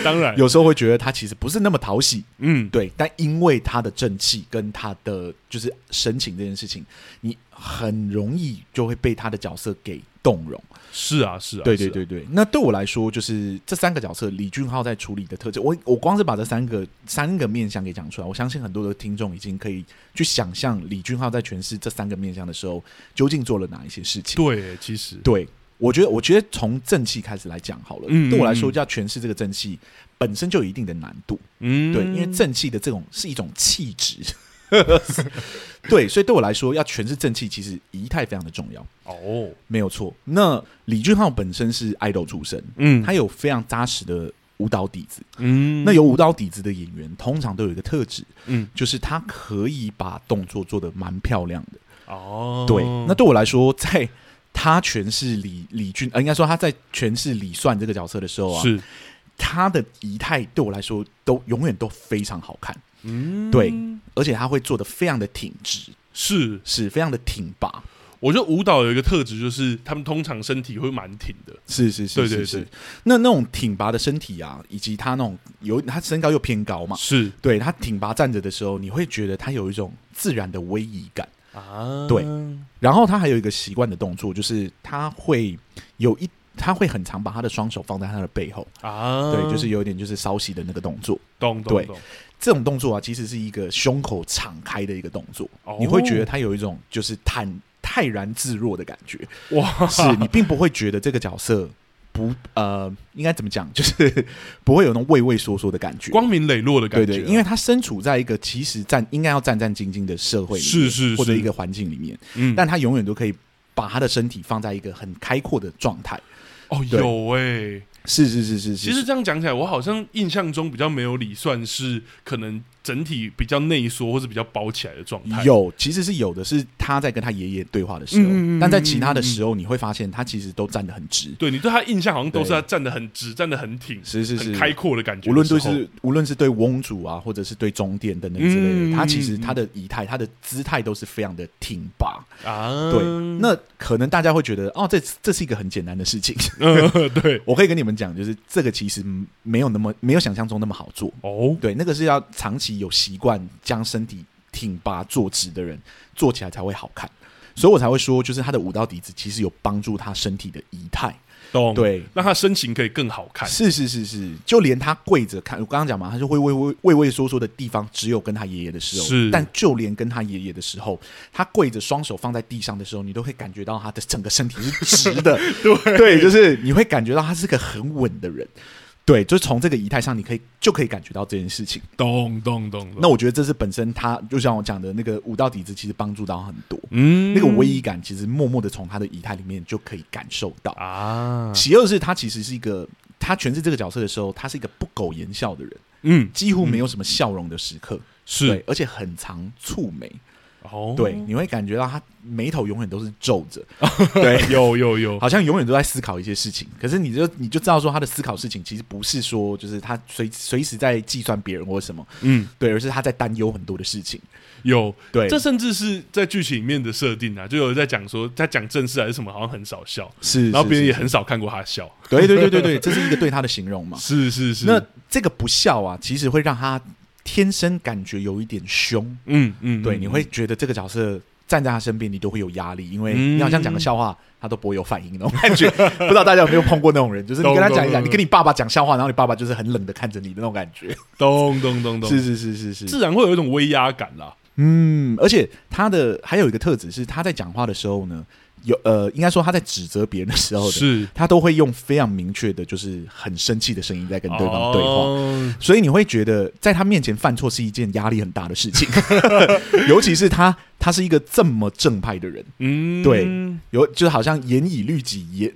S2: 当然，
S1: 有时候会觉得他其实不是那么讨喜，
S2: 嗯，
S1: 对，但因为他的正气跟他的就是深情这件事情，你很容易就会被他的角色给动容。
S2: 是啊，是啊，
S1: 对对
S2: 是啊，
S1: 对对，那对我来说，就是这三个角色李俊浩在处理的特质，我我光是把这三个三个面相给讲出来，我相信很多的听众已经可以去想象李俊浩在诠释这三个面相的时候，究竟做了哪一些事情。
S2: 对，其实，
S1: 对，我觉得，我觉得从正气开始来讲好了。
S2: 嗯
S1: 对我来说，
S2: 嗯嗯
S1: 要诠释这个正气本身就有一定的难度。
S2: 嗯，
S1: 对，因为正气的这种是一种气质。 [LAUGHS] 对，所以对我来说，要诠释正气，其实仪态非常的重要，
S2: 哦，
S1: 没有错。那李俊浩本身是 idol 出身，
S2: 嗯，
S1: 他有非常扎实的舞蹈底子。
S2: 嗯，
S1: 那有舞蹈底子的演员，通常都有一个特质，
S2: 嗯，
S1: 就是他可以把动作做得蛮漂亮的。
S2: 哦，
S1: 对，那对我来说，在他诠释李李俊，呃，应该说他在诠释李算这个角色的时候啊，
S2: 是，
S1: 他的仪态对我来说都永远都非常好看，
S2: 嗯，
S1: 对而且他会做的非常的挺直，
S2: 是，
S1: 是非常的挺拔，
S2: 我觉得舞蹈有一个特质，就是他们通常身体会蛮挺的，
S1: 是是是
S2: 对
S1: 是
S2: 对
S1: 是
S2: 对。
S1: 那那种挺拔的身体啊，以及他那种有他身高又偏高嘛，
S2: 是
S1: 对他挺拔站着的时候，你会觉得他有一种自然的威仪感。
S2: 啊
S1: 对，然后他还有一个习惯的动作，就是他会有一。他会很常把他的双手放在他的背后，
S2: 啊，
S1: 对，就是有一点就是稍息的那个动作。
S2: 懂懂
S1: 对
S2: 懂，
S1: 这种动作啊，其实是一个胸口敞开的一个动作，
S2: 哦
S1: 你会觉得他有一种就是坦泰然自若的感觉，
S2: 哇，
S1: 是你并不会觉得这个角色不呃，应该怎么讲， [LAUGHS] 就是不会有那种畏畏缩缩的感觉。
S2: 哦
S1: 啊
S2: 光明磊落的感
S1: 对
S2: 觉，啊
S1: 对，因为他身处在一个其实战应该要战战兢兢的社会里面，
S2: 是是
S1: 或者
S2: 是
S1: 一个环境里面，
S2: 嗯，
S1: 但他永远都可以把他的身体放在一个很开阔的状态。
S2: 哦
S1: 对
S2: 有哎、
S1: 是是是是是，
S2: 其实这样讲起来，我好像印象中比较没有理算是可能整体比较内缩或是比较包起来的状态。
S1: 有，其实是有的，是他在跟他爷爷对话的时候，
S2: 嗯嗯嗯
S1: 但在其他的
S2: 嗯嗯
S1: 时候，你会发现他其实都站得很直。
S2: 对你对他印象好像都是
S1: 对
S2: 他站得很直、站得很挺、
S1: 是是
S2: 很
S1: 是，
S2: 开阔的感觉
S1: 无
S2: 的
S1: 论
S2: 时
S1: 对
S2: 候。
S1: 是无论是对翁主啊，或者是对中殿等等之类的，
S2: 嗯
S1: 他其实
S2: 嗯嗯
S1: 他的仪态、他的姿态都是非常的挺拔。
S2: 啊，
S1: 对，那可能大家会觉得哦，这这是一个很简单的事情。
S2: 呃 [LAUGHS] 对
S1: 我可以跟你们讲，就是这个其实没有那么没有想象中那么好做。
S2: 哦，
S1: 对，那个是要长期有习惯将身体挺拔坐直的人做起来才会好看，所以我才会说，就是他的舞蹈底子其实有帮助他身体的仪态。
S2: 懂，
S1: 对，
S2: 让他身形可以更好看。
S1: 是是是是，就连他跪着看，我刚刚讲嘛，他就会畏畏畏畏缩缩的地方，只有跟他爷爷的时候。
S2: 是
S1: 但就连跟他爷爷的时候，他跪着双手放在地上的时候，你都会感觉到他的整个身体是直的。对对，就是你会感觉到他是个很稳的人。对，就从这个仪态上，你可以就可以感觉到这件事情。
S2: 懂懂懂，
S1: 那我觉得这是本身他就像我讲的那个舞蹈底子，其实帮助到很多。
S2: 嗯
S1: 那个威仪感，其实默默的从他的仪态里面就可以感受到。
S2: 啊，
S1: 其二是他其实是一个，他诠释这个角色的时候，他是一个不苟言笑的人，
S2: 嗯
S1: 几乎没有什么笑容的时刻，
S2: 是
S1: 对，而且很常蹙眉。
S2: 哦，
S1: 对，你会感觉到他眉头永远都是皱着，对，
S2: [LAUGHS] 有有有，
S1: 好像永远都在思考一些事情。可是你就你就知道说他的思考事情其实不是说就是他随随时在计算别人或什么，
S2: 嗯，
S1: 对，而是他在担忧很多的事情。
S2: 有，
S1: 对，
S2: 这甚至是在剧情里面的设定啊，就有在讲说，在讲正事还是什么，好像很少笑，
S1: 是，
S2: 然后别人也
S1: 是
S2: 很少看过他笑，
S1: 对对对对对，这是一个对他的形容嘛。
S2: 是 [LAUGHS] 是是，
S1: 那这个不笑啊，其实会让他天生感觉有一点凶，
S2: 嗯嗯，
S1: 对，
S2: 嗯
S1: 你会觉得这个角色站在他身边，你都会有压力，因为
S2: 嗯
S1: 你好像讲个笑话，他都不会有反应那种感觉。不知道大家有没有碰过那种人，就是你跟他讲一
S2: 懂懂
S1: 讲，
S2: 懂
S1: 你跟你爸爸讲笑话，然后你爸爸就是很冷的看着你的那种感觉。
S2: 咚咚咚
S1: [LAUGHS]
S2: 咚，
S1: 是是是是是，
S2: 自然会有一种威压感啦，
S1: 嗯，而且他的还有一个特质是，他在讲话的时候呢，有呃，应该说他在指责别人的时候呢，
S2: 是
S1: 他都会用非常明确的，就是很生气的声音在跟对方对话。
S2: 哦
S1: 所以你会觉得在他面前犯错是一件压力很大的事
S2: [LAUGHS]
S1: 情，尤其是他他是一个这么正派的人，
S2: 嗯，
S1: 对有就是好像严以律己，严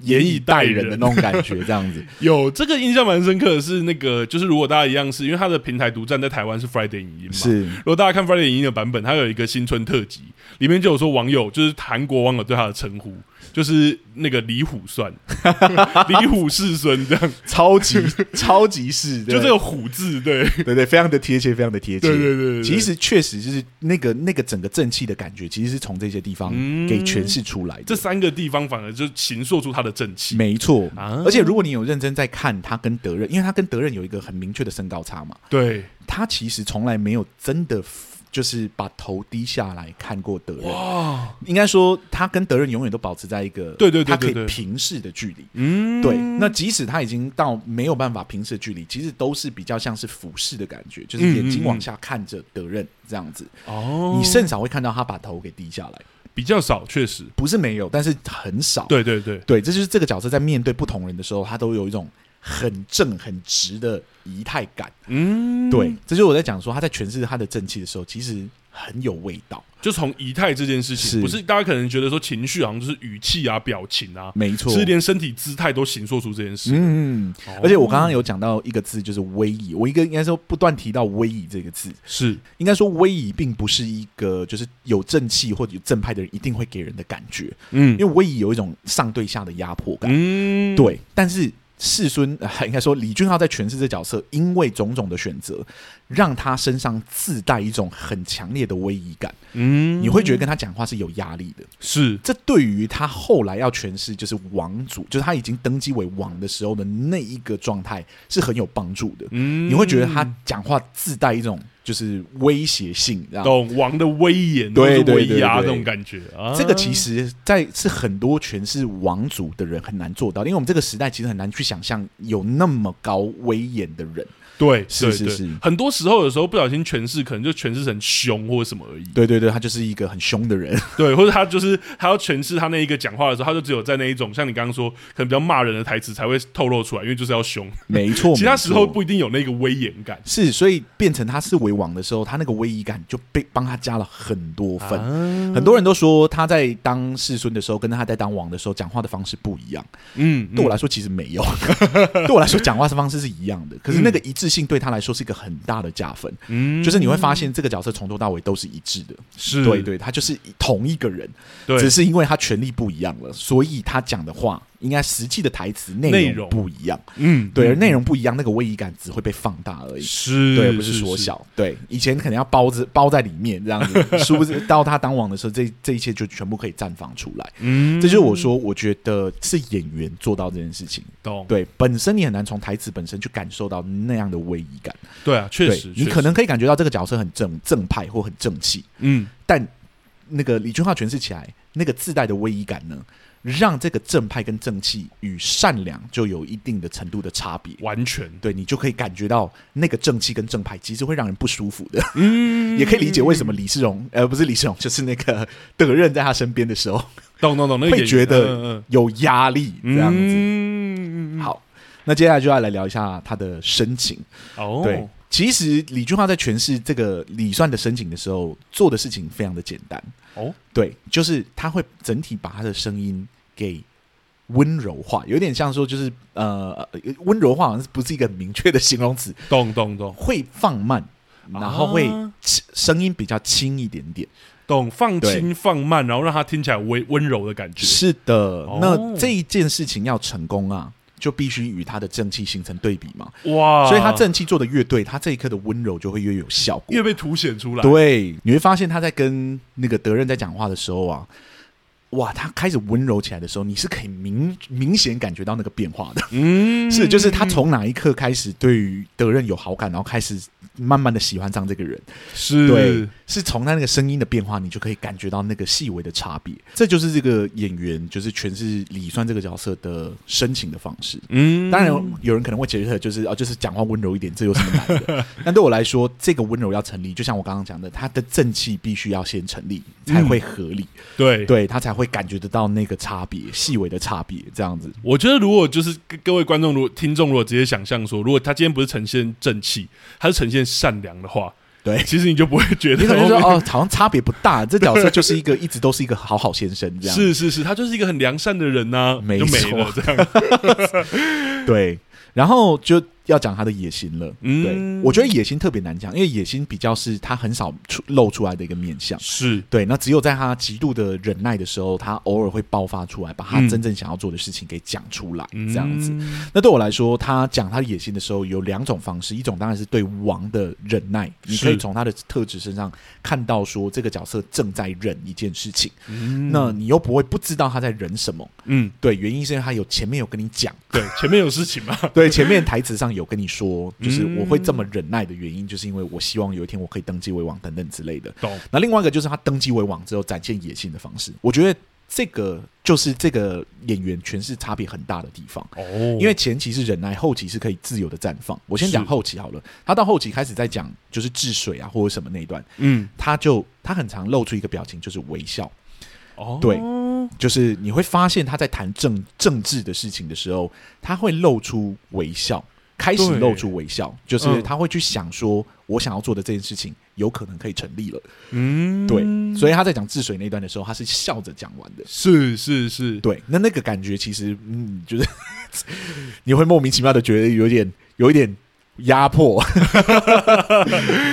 S2: 严以待人
S1: 人的那种感觉，这样子。
S2: 有这个印象蛮深刻的是那个，就是如果大家一样是因为它的平台独占在台湾是 Friday 影音嘛，
S1: 是
S2: 如果大家看 Friday 影音的版本，它有一个新春特辑，里面就有说网友就是韩国网友对他的称呼，就是那个李虎算， [LAUGHS] 李虎世孙这样，
S1: 超
S2: [LAUGHS]
S1: 级超级是，对
S2: 就这个虎字，对
S1: 对对，非常的贴切，非常的贴切。
S2: 对对对对对
S1: 其实确实就是那个那个整个正气的感觉，其实是从这些地方
S2: 嗯
S1: 给诠释出来的。
S2: 这三个地方反而就形塑出他的正气
S1: 没错，
S2: 啊
S1: 而且如果你有认真在看他跟德任，因为他跟德任有一个很明确的身高差嘛，
S2: 对，
S1: 他其实从来没有真的 f- 就是把头低下来看过德任。
S2: 哇，
S1: 应该说，他跟德任永远都保持在一个
S2: 对对对
S1: 他可
S2: 对对
S1: 以平视的距离。
S2: 嗯，
S1: 对，那即使他已经到没有办法平视的距离，其实都是比较像是俯视的感觉，就是眼睛往下看着德任这样子。
S2: 哦，
S1: 你甚少会看到他把头给低下来，
S2: 比较少，确实，
S1: 不是没有，但是很少。
S2: 对对对，
S1: 对，这就是这个角色在面对不同人的时候，他都有一种很正、很直的仪态感。
S2: 嗯，
S1: 对，这就是我在讲说他在诠释他的正气的时候，其实很有味道。
S2: 就从仪态这件事情，
S1: 是
S2: 不是大家可能觉得说情绪好像就是语气啊、表情啊，
S1: 没错，
S2: 是连身体姿态都形塑出这件事。
S1: 嗯，
S2: 哦
S1: 而且我刚刚有讲到一个字，就是威仪。我一个应该说不断提到威仪这个字，
S2: 是
S1: 应该说威仪并不是一个就是有正气或者有正派的人一定会给人的感觉，
S2: 嗯
S1: 因为威仪有一种上对下的压迫感。
S2: 嗯，
S1: 对，但是世孙、 [LAUGHS] 呃、应该说李俊浩在诠释这角色，因为种种的选择，让他身上自带一种很强烈的威仪感，
S2: 嗯
S1: 你会觉得跟他讲话是有压力的。
S2: 是
S1: 这对于他后来要诠释就是王主，就是他已经登基为王的时候的那一个状态是很有帮助的。
S2: 嗯
S1: 你会觉得他讲话自带一种就是威胁性，这样。
S2: 懂王的威严，
S1: 对
S2: 或者
S1: 对
S2: 威
S1: 对
S2: 压这
S1: 对
S2: 种感觉啊。
S1: 这个其实在是很多诠释王主的人很难做到，因为我们这个时代其实很难去想象有那么高威严的人。
S2: 对，
S1: 是
S2: 对
S1: 是
S2: 对
S1: 是
S2: 很多时候有时候不小心诠释，可能就诠释成凶或者什么而已。
S1: 对对对，他就是一个很凶的人。
S2: 对， [LAUGHS] 或者他就是他要诠释他那一个讲话的时候，他就只有在那一种像你刚刚说可能比较骂人的台词才会透露出来，因为就是要凶，
S1: 没 [LAUGHS] 错，
S2: 其他
S1: 没
S2: 时候
S1: 错
S2: 不一定有那个威严感。
S1: 是，所以变成他是为王的时候，他那个威仪感就被帮他加了很多分。
S2: 啊
S1: 很多人都说他在当世孙的时候，跟他在当王的时候讲话的方式不一样。
S2: 嗯，
S1: 对我
S2: 来
S1: 来说，其实没有。 [LAUGHS] 对我来说，讲话的方式是一样的，可是那个一致性对他来说是一个很大的加分。
S2: 嗯
S1: 就是你会发现，这个角色从头到尾都是一致的。
S2: 是
S1: 对对，他就是同一个人，
S2: 对，
S1: 只是因为他权力不一样了，所以他讲的话应该实际的台词
S2: 内
S1: 内
S2: 容
S1: 容不一样。
S2: 嗯，
S1: 对，而
S2: 嗯
S1: 内容不一样，那个位移感只会被放大而已。
S2: 是
S1: 对，不是缩小。对，以前可能要包着包在里面这样子，殊不知到他当王的时候，这这一切就全部可以绽放出来。
S2: 嗯
S1: 这就是我说，我觉得是演员做到这件事情。
S2: 懂，
S1: 对，本身你很难从台词本身去感受到那样的威仪感。
S2: 对啊，确
S1: 对
S2: 实，，
S1: 你
S2: 确
S1: 可
S2: 实
S1: 能可以感觉到这个角色很正正派或很正气，
S2: 嗯，
S1: 但那个李俊浩诠释起来那个自带的威仪感呢，让这个正派跟正气与善良就有一定的程度的差别。
S2: 完全，
S1: 对你就可以感觉到那个正气跟正派其实会让人不舒服的，[LAUGHS]
S2: 嗯
S1: 也可以理解为什么李世荣，呃，不是李世荣，就是那个呃德任在他身边的时
S2: [LAUGHS]
S1: 候
S2: 懂懂懂，那个
S1: 会
S2: 演
S1: 觉
S2: 嗯
S1: 得
S2: 嗯
S1: 有压力这样子。
S2: 嗯，
S1: 好，那接下来就要来聊一下他的深情。
S2: 哦，
S1: 对，其实李俊浩在诠释这个李算的深情的时候，做的事情非常的简单。
S2: 哦，
S1: 对，就是他会整体把他的声音给温柔化，有点像说就是呃呃温柔化，好像是不是一个很明确的形容词，
S2: 懂懂懂，
S1: 会放慢，然后会
S2: 啊
S1: 轻声音比较轻一点点。
S2: 懂放
S1: 对
S2: 轻放慢，然后让它听起来温温柔的感觉。
S1: 是的
S2: 哦，
S1: 那这一件事情要成功啊，就必须与他的正气形成对比嘛。
S2: 哇，
S1: 所以他正气做的越对，他这一刻的温柔就会越有效果
S2: 越。被凸显出来。
S1: 对，你会发现他在跟那个德任在讲话的时候啊，哇，他开始温柔起来的时候，你是可以明明显感觉到那个变化的。
S2: 嗯，
S1: 是，就是他从哪一刻开始对于德任有好感，然后开始慢慢的喜欢上这个人。对
S2: 是，
S1: 是从他那个声音的变化，你就可以感觉到那个细微的差别。这就是这个演员，就是诠释李算这个角色的深情的方式。
S2: 嗯
S1: 当然，有人可能会觉得就是啊，就是讲话温柔一点，这有什么难的？但对我来说，这个温柔要成立，就像我刚刚讲的，他的正气必须要先成立，才会合理，
S2: 对
S1: 对他才会感觉得到那个差别，细微的差别，这样子。
S2: 我觉得，如果就是各各位观众，如果听众，如果直接想象说，如果他今天不是呈现正气，他是呈现善良的话，
S1: 对
S2: 其实你就不会觉
S1: 你
S2: 得
S1: 可能说
S2: 后面
S1: 哦，好像差别不大，这角色就是一个一直都是一个好好先生这样。
S2: 是是是，他就是一个很良善的人呐、
S1: 没
S2: 就没
S1: 错
S2: 了这样。
S1: [LAUGHS] 对，然后就要讲他的野心了。
S2: 嗯
S1: 对，我觉得野心特别难讲，因为野心比较是他很少出露出来的一个面相。
S2: 是
S1: 对，那只有在他极度的忍耐的时候，他偶尔会爆发出来，把他
S2: 嗯
S1: 真正想要做的事情给讲出来，这样子。
S2: 嗯
S1: 那对我来说，他讲他的野心的时候，有两种方式，一种当然是对王的忍耐，你可以
S2: 是
S1: 从他的特质身上看到说这个角色正在忍一件事情，
S2: 嗯
S1: 那你又不会不知道他在忍什么。
S2: 嗯，
S1: 对，原因是因为他有前面有跟你讲，
S2: 对，前面有事情嘛，
S1: 对，前面台词上有跟你说，就是
S2: 嗯
S1: 我会这么忍耐的原因，就是因为我希望有一天我可以登基为王等等之类的。
S2: 懂？
S1: 那另外一个就是他登基为王之后展现野心的方式，我觉得这个就是这个演员诠释差别很大的地方。
S2: 哦，
S1: 因为前期是忍耐，后期是可以自由的绽放。我先讲
S2: 是
S1: 后期好了，他到后期开始在讲就是治水啊或者什么那一段，
S2: 嗯，
S1: 他就他很常露出一个表情，就是微笑。
S2: 哦，
S1: 对就是你会发现他在谈政政治的事情的时候，他会露出微笑，开始
S2: 对
S1: 露出微笑，就是
S2: 嗯
S1: 他会去想说，我想要做的这件事情有可能可以成立了。
S2: 嗯，
S1: 对，所
S2: 以
S1: 以他在讲治水那一段的时候，他是笑着讲完的。
S2: 是是是，
S1: 对，那那个感觉其实，嗯，就是 [LAUGHS] 你会莫名其妙的觉得有点有一点压
S2: [LAUGHS]
S1: 迫，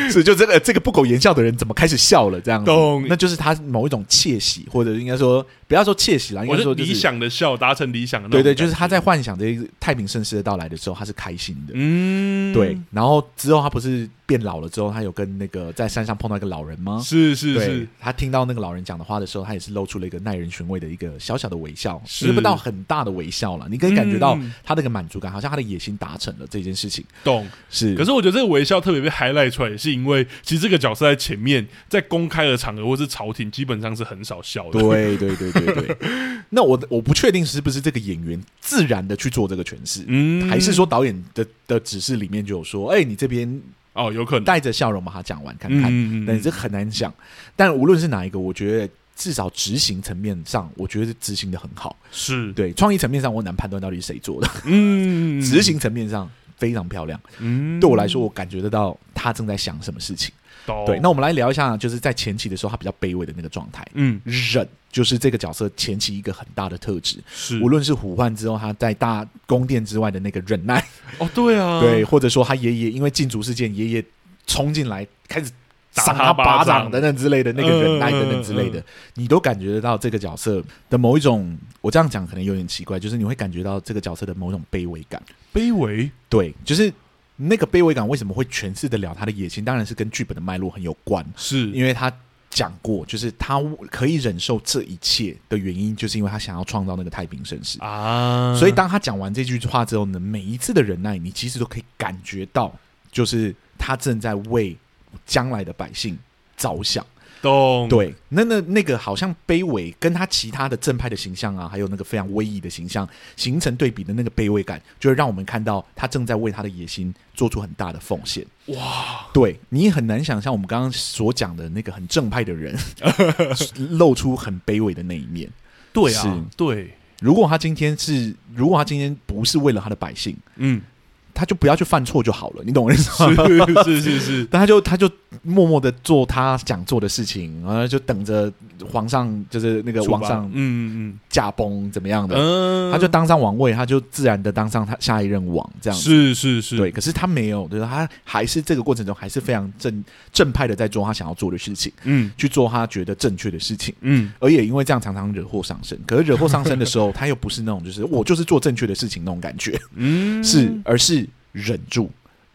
S1: 是就这个这个不苟言笑的人怎么开始笑了这样子
S2: 懂？
S1: 那就是他某一种窃喜，或者应该说不要说窃喜啊啦，应
S2: 我
S1: 该
S2: 是
S1: 说就
S2: 理
S1: 是。
S2: 想的笑，达成理想的那
S1: 对
S2: 种
S1: 对，就是
S2: 感
S1: 他
S2: 觉
S1: 在幻想这太平盛世的到来的时候，他是开心的。
S2: 嗯，
S1: 对，然后之后他不是变老了之后，他有跟那个在山上碰到一个老人吗？
S2: 是是
S1: 对
S2: 是，，
S1: 他听到那个老人讲的话的时候，他也是露出了一个耐人寻味的一个小小的微笑，
S2: 是
S1: 不到很大的微笑了。你可以感觉到
S2: 嗯
S1: 他那个满足感，好像他的野心达成了这件事情。
S2: 懂。
S1: 是，
S2: 可是我觉得这个微笑特别被 highlight 出来，也是因为其实这个角色在前面在公开的场合或是朝廷，基本上是很少笑的。
S1: 对对对对
S2: [LAUGHS]
S1: 对。那我我不确定是不是这个演员自然的去做这个诠释，
S2: 嗯
S1: 还是说导演的的指示里面就有说，哎、你这边
S2: 哦，有可能，
S1: 带着笑容把它讲完看看。
S2: 嗯
S1: 但这很难讲。但无论是哪一个，我觉得至少执行层面上，我觉得执行的很好。
S2: 是，
S1: 对，创意层面上我很难判断到底是谁做的，
S2: 嗯
S1: 执，行层面上非常漂亮。
S2: 嗯
S1: 对我来说，我感觉得到他正在想什么事情。
S2: 懂。
S1: 对，那我们来聊一下，就是在前期的时候，他比较卑微的那个状态。
S2: 嗯
S1: 忍就是这个角色前期一个很大的特质，
S2: 是，
S1: 无论是虎患之后他在大宫殿之外的那个忍耐，
S2: 哦对啊，
S1: 对，，或者说他爷爷因为禁足事件，爷爷冲进来开始
S2: 打
S1: 赏
S2: 他
S1: 他
S2: 巴
S1: 巴掌
S2: 掌
S1: 等等之类的，那个忍耐
S2: 嗯嗯
S1: 等等之类的，
S2: 嗯
S1: 你都感觉得到这个角色的某一种，我这样讲可能有点奇怪，就是你会感觉到这个角色的某种卑微感。
S2: 卑微，
S1: 对，就是那个卑微感为什么会诠释得了他的野心，当然是跟剧本的脉络很有关，
S2: 是
S1: 因为他。讲过，就是他可以忍受这一切的原因，就是因为他想要创造那个太平盛世。
S2: 啊，
S1: 所以当他讲完这句话之后呢，每一次的忍耐，你其实都可以感觉到，就是他正在为将来的百姓着想。
S2: 懂，
S1: 对，那那那个好像卑微，跟他其他的正派的形象啊，还有那个非常威仪的形象形成对比的那个卑微感，就会让我们看到他正在为他的野心做出很大的奉献。
S2: 哇，
S1: 对你很难想象我们刚刚所讲的那个很正派的人， [LAUGHS] 露出很卑微的那一面。
S2: 对
S1: 是
S2: 啊，对，
S1: [LAUGHS] 如果他今天是，如果他今天不是为了他的百姓，
S2: 嗯，
S1: 他就不要去犯错就好了，你懂我意思吗？
S2: [LAUGHS] 是是是是，
S1: [LAUGHS] 但他就他就默默的做他想做的事情，然后就等着皇上就是那个
S2: 王
S1: 王上
S2: 嗯嗯
S1: 驾崩怎么样
S2: 嗯
S1: 的，
S2: 嗯，
S1: 他就当上王位，他就自然的当上他下一任王这样子。
S2: 是是是，
S1: 对，，可是他没有，就是他还是这个过程中还是非常正正派的在做他想要做的事情，
S2: 嗯
S1: 去做他觉得正确的事情。
S2: 嗯，
S1: 而也因为这样常常惹祸上身。可是惹祸上身的时
S2: [LAUGHS]
S1: 候，他又不是那种就是我就是做正确的事情那种感觉，
S2: 嗯
S1: 是而是忍住。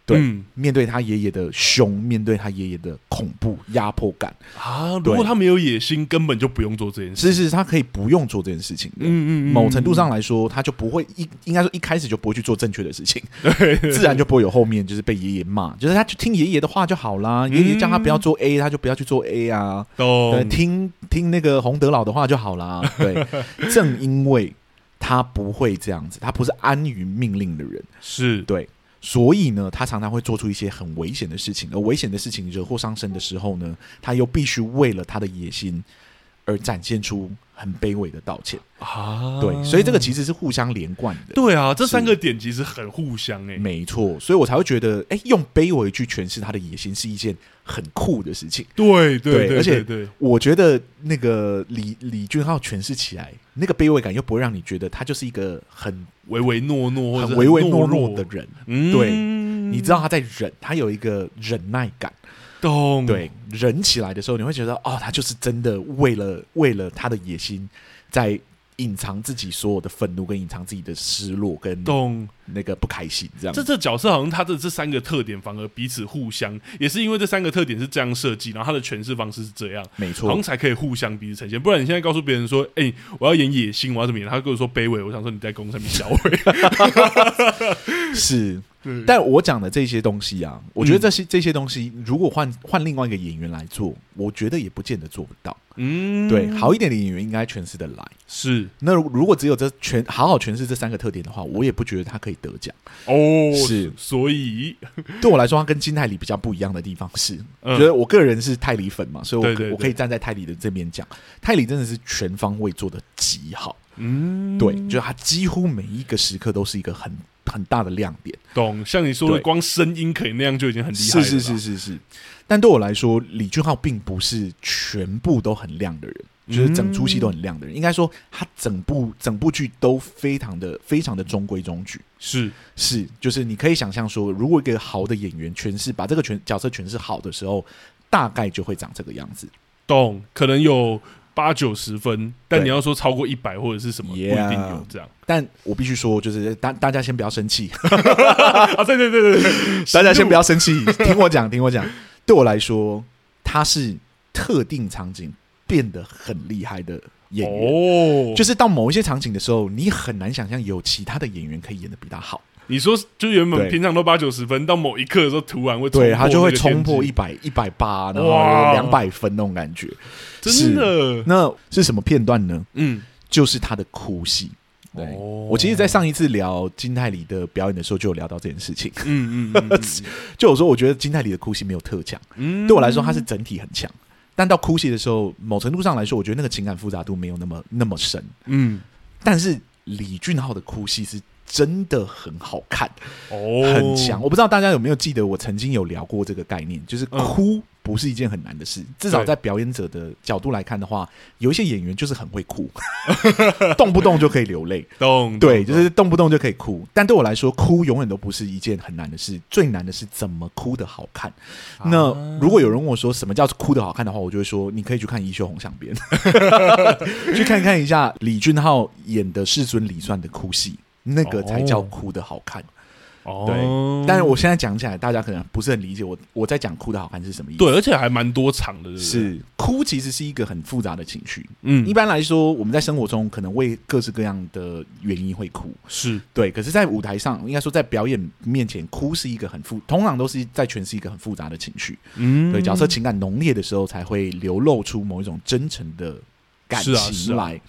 S1: 对
S2: 嗯
S1: 面对他爷爷的凶，面对他爷爷的恐怖压迫感，
S2: 啊，如
S1: 对
S2: 果他没有野心，根本就不用做这件事。
S1: 其实他可以不用做这件事情的。
S2: 嗯
S1: 某程度上，来说，他就不会一应该说一开始就不会去做正确的事情，
S2: [LAUGHS] 对，
S1: 自然就不会有后面就是被爷爷骂，就是他去听爷爷的话就好啦。爷爷叫他不要做 A，他就不要去做 A 啊。对，
S2: 嗯懂。
S1: 听听那个洪德老的话就好啦。对，正因为他不会这样子，他不是安于命令的人，
S2: [LAUGHS] 是，
S1: 对，所以呢，他常常会做出一些很危险的事情，而危险的事情惹祸上身的时候呢，他又必须为了他的野心而展现出很卑微的道歉。
S2: 啊，
S1: 对，所以这个其实是互相连贯的。
S2: 对啊，这
S1: 是
S2: 三个点其实很互相哎，
S1: 没错，所以我才会觉得，哎、用卑微去诠释他的野心是一件很酷的事情。
S2: 对
S1: 对
S2: 对，
S1: 而且
S2: 对，对
S1: 我觉得那个李李俊浩诠释起来，那个卑微感又不会让你觉得他就是一个很
S2: 唯唯诺诺或者
S1: 很
S2: 是
S1: 唯唯诺
S2: 懦
S1: 诺的，人，
S2: 嗯，
S1: 对你知道他在忍，他有一个忍耐感。
S2: 懂，
S1: 对，忍起来的时候，你会觉得哦，他就是真的为了为了他的野心，在隐藏自己所有的愤怒，跟隐藏自己的失落，跟
S2: 懂。
S1: 那个不开心这样
S2: 这。这角色好像他的这三个特点反而彼此互相，也是因为这三个特点是这样设计，然后他的诠释方式是这样，
S1: 没
S2: 好
S1: 错
S2: 像，才可以互相彼此呈现。不然你现在告诉别人说，哎、我要演野心，我要怎么演？他跟我说卑微，我想说你在公上面
S1: [LAUGHS]
S2: 小伟。
S1: 是。
S2: 对
S1: 但我讲的这些东西啊，我觉得这些、
S2: 嗯
S1: 这些东西，如果换换另外一个演员来做，我觉得也不见得做不到。
S2: 嗯
S1: 对，好一点的演员应该诠释的来。
S2: 是
S1: 那如如果只有这全好好诠释这三个特点的话，我也不觉得他可以得奖。
S2: 哦，
S1: 是
S2: 所以
S1: 对我来说，他跟金泰里比较不一样的地方是，
S2: 嗯
S1: 觉得我个人是泰里粉嘛，所以我
S2: 对对对
S1: 我可以站在泰里的这边讲，泰里真的是全方位做的极好。
S2: 嗯，
S1: 对，就是他几乎每一个时刻都是一个很很大的亮点。
S2: 懂。像你说的，
S1: 对
S2: 光声音可以那样就已经很厉害
S1: 是
S2: 了。
S1: 是是，是是，但对我来说，李俊浩并不是全部都很亮的人，就是整出戏都很亮的人。应该说，他整部整部剧都非常的非常的中规中矩。
S2: 是
S1: 是，就是你可以想象说，如果一个好的演员诠释把这个诠角色诠释好的时候，大概就会长这个样子。
S2: 懂。可能有八九十分，但
S1: 对
S2: 你要说超过一百或者是什么
S1: Yeah
S2: 不一定有这样
S1: 但我必须说，就是呃大大家先不要生
S2: [LAUGHS]
S1: 气，
S2: 啊。对对对对对，
S1: [LAUGHS] 大家先不
S2: 要
S1: 要生气，听我讲，听我讲。对我来说，他是特定场景变得很厉害的演员。
S2: 哦，
S1: 就是到某一些场景的时候，你很难想象有其他的演员可以演的比他好，
S2: 你说，就原本
S1: 对
S2: 平常都八九十分，到某一刻的时候，突然会冲
S1: 对
S2: 破
S1: 他就会
S2: 那个天
S1: 冲破
S2: 际
S1: 一，百一百八，然后
S2: 哇
S1: 两百分那种感觉。
S2: 真的，
S1: 那是什么片段呢？
S2: 嗯，
S1: 就是他的哭戏。对，
S2: 哦
S1: 我其实，在上一次聊金泰里的表演的时候，就有聊到这件事情。
S2: 嗯嗯嗯嗯
S1: 就我说，我觉得金泰里的哭戏没有特强，[LAUGHS]
S2: 嗯，
S1: 对我来说，它是整体很强。但到哭戏的时候，某程度上来说，我觉得那个情感复杂度没有那么那么深。
S2: 嗯，
S1: 但是李俊浩的哭戏是真的很好看，
S2: 哦，
S1: 很强。，我不知道大家有没有记得，我曾经有聊过这个概念，就是哭不是一件很难的事，至少
S2: 嗯对
S1: 在表演者的角度来看的话，有一些演员就是很会哭， [LAUGHS] 动不动就可以流泪。
S2: 懂，
S1: 对，
S2: 懂
S1: 就是动不动就可以哭。但对我来说，哭永远都不是一件很难的事，最难的是怎么哭的好看。
S2: 啊
S1: 那如果有人问我说什么叫哭的好看的话，我就会说，你可以去看《一休红香边》，
S2: [LAUGHS]
S1: 去看看一下李俊浩演的世尊李算的哭戏，那个才叫哭的好看。
S2: 哦，
S1: 但是我现在讲起来，大家可能不是很理解我我在讲哭的好看是什么意思。
S2: 对，而且还蛮多场的，对不对，
S1: 是哭其实是一个很复杂的情绪。
S2: 嗯
S1: 一，般来说，我们在生活中可能为各式各样的原因会哭，
S2: 是
S1: 对，可是，在舞台上，应该说在表演面前，哭是一个很复，通常都是在诠释一个很复杂的情绪。
S2: 嗯
S1: 对，角色情感浓烈的时候，才会流露出某一种真诚的感
S2: 是啊是
S1: 情
S2: 啊
S1: 来。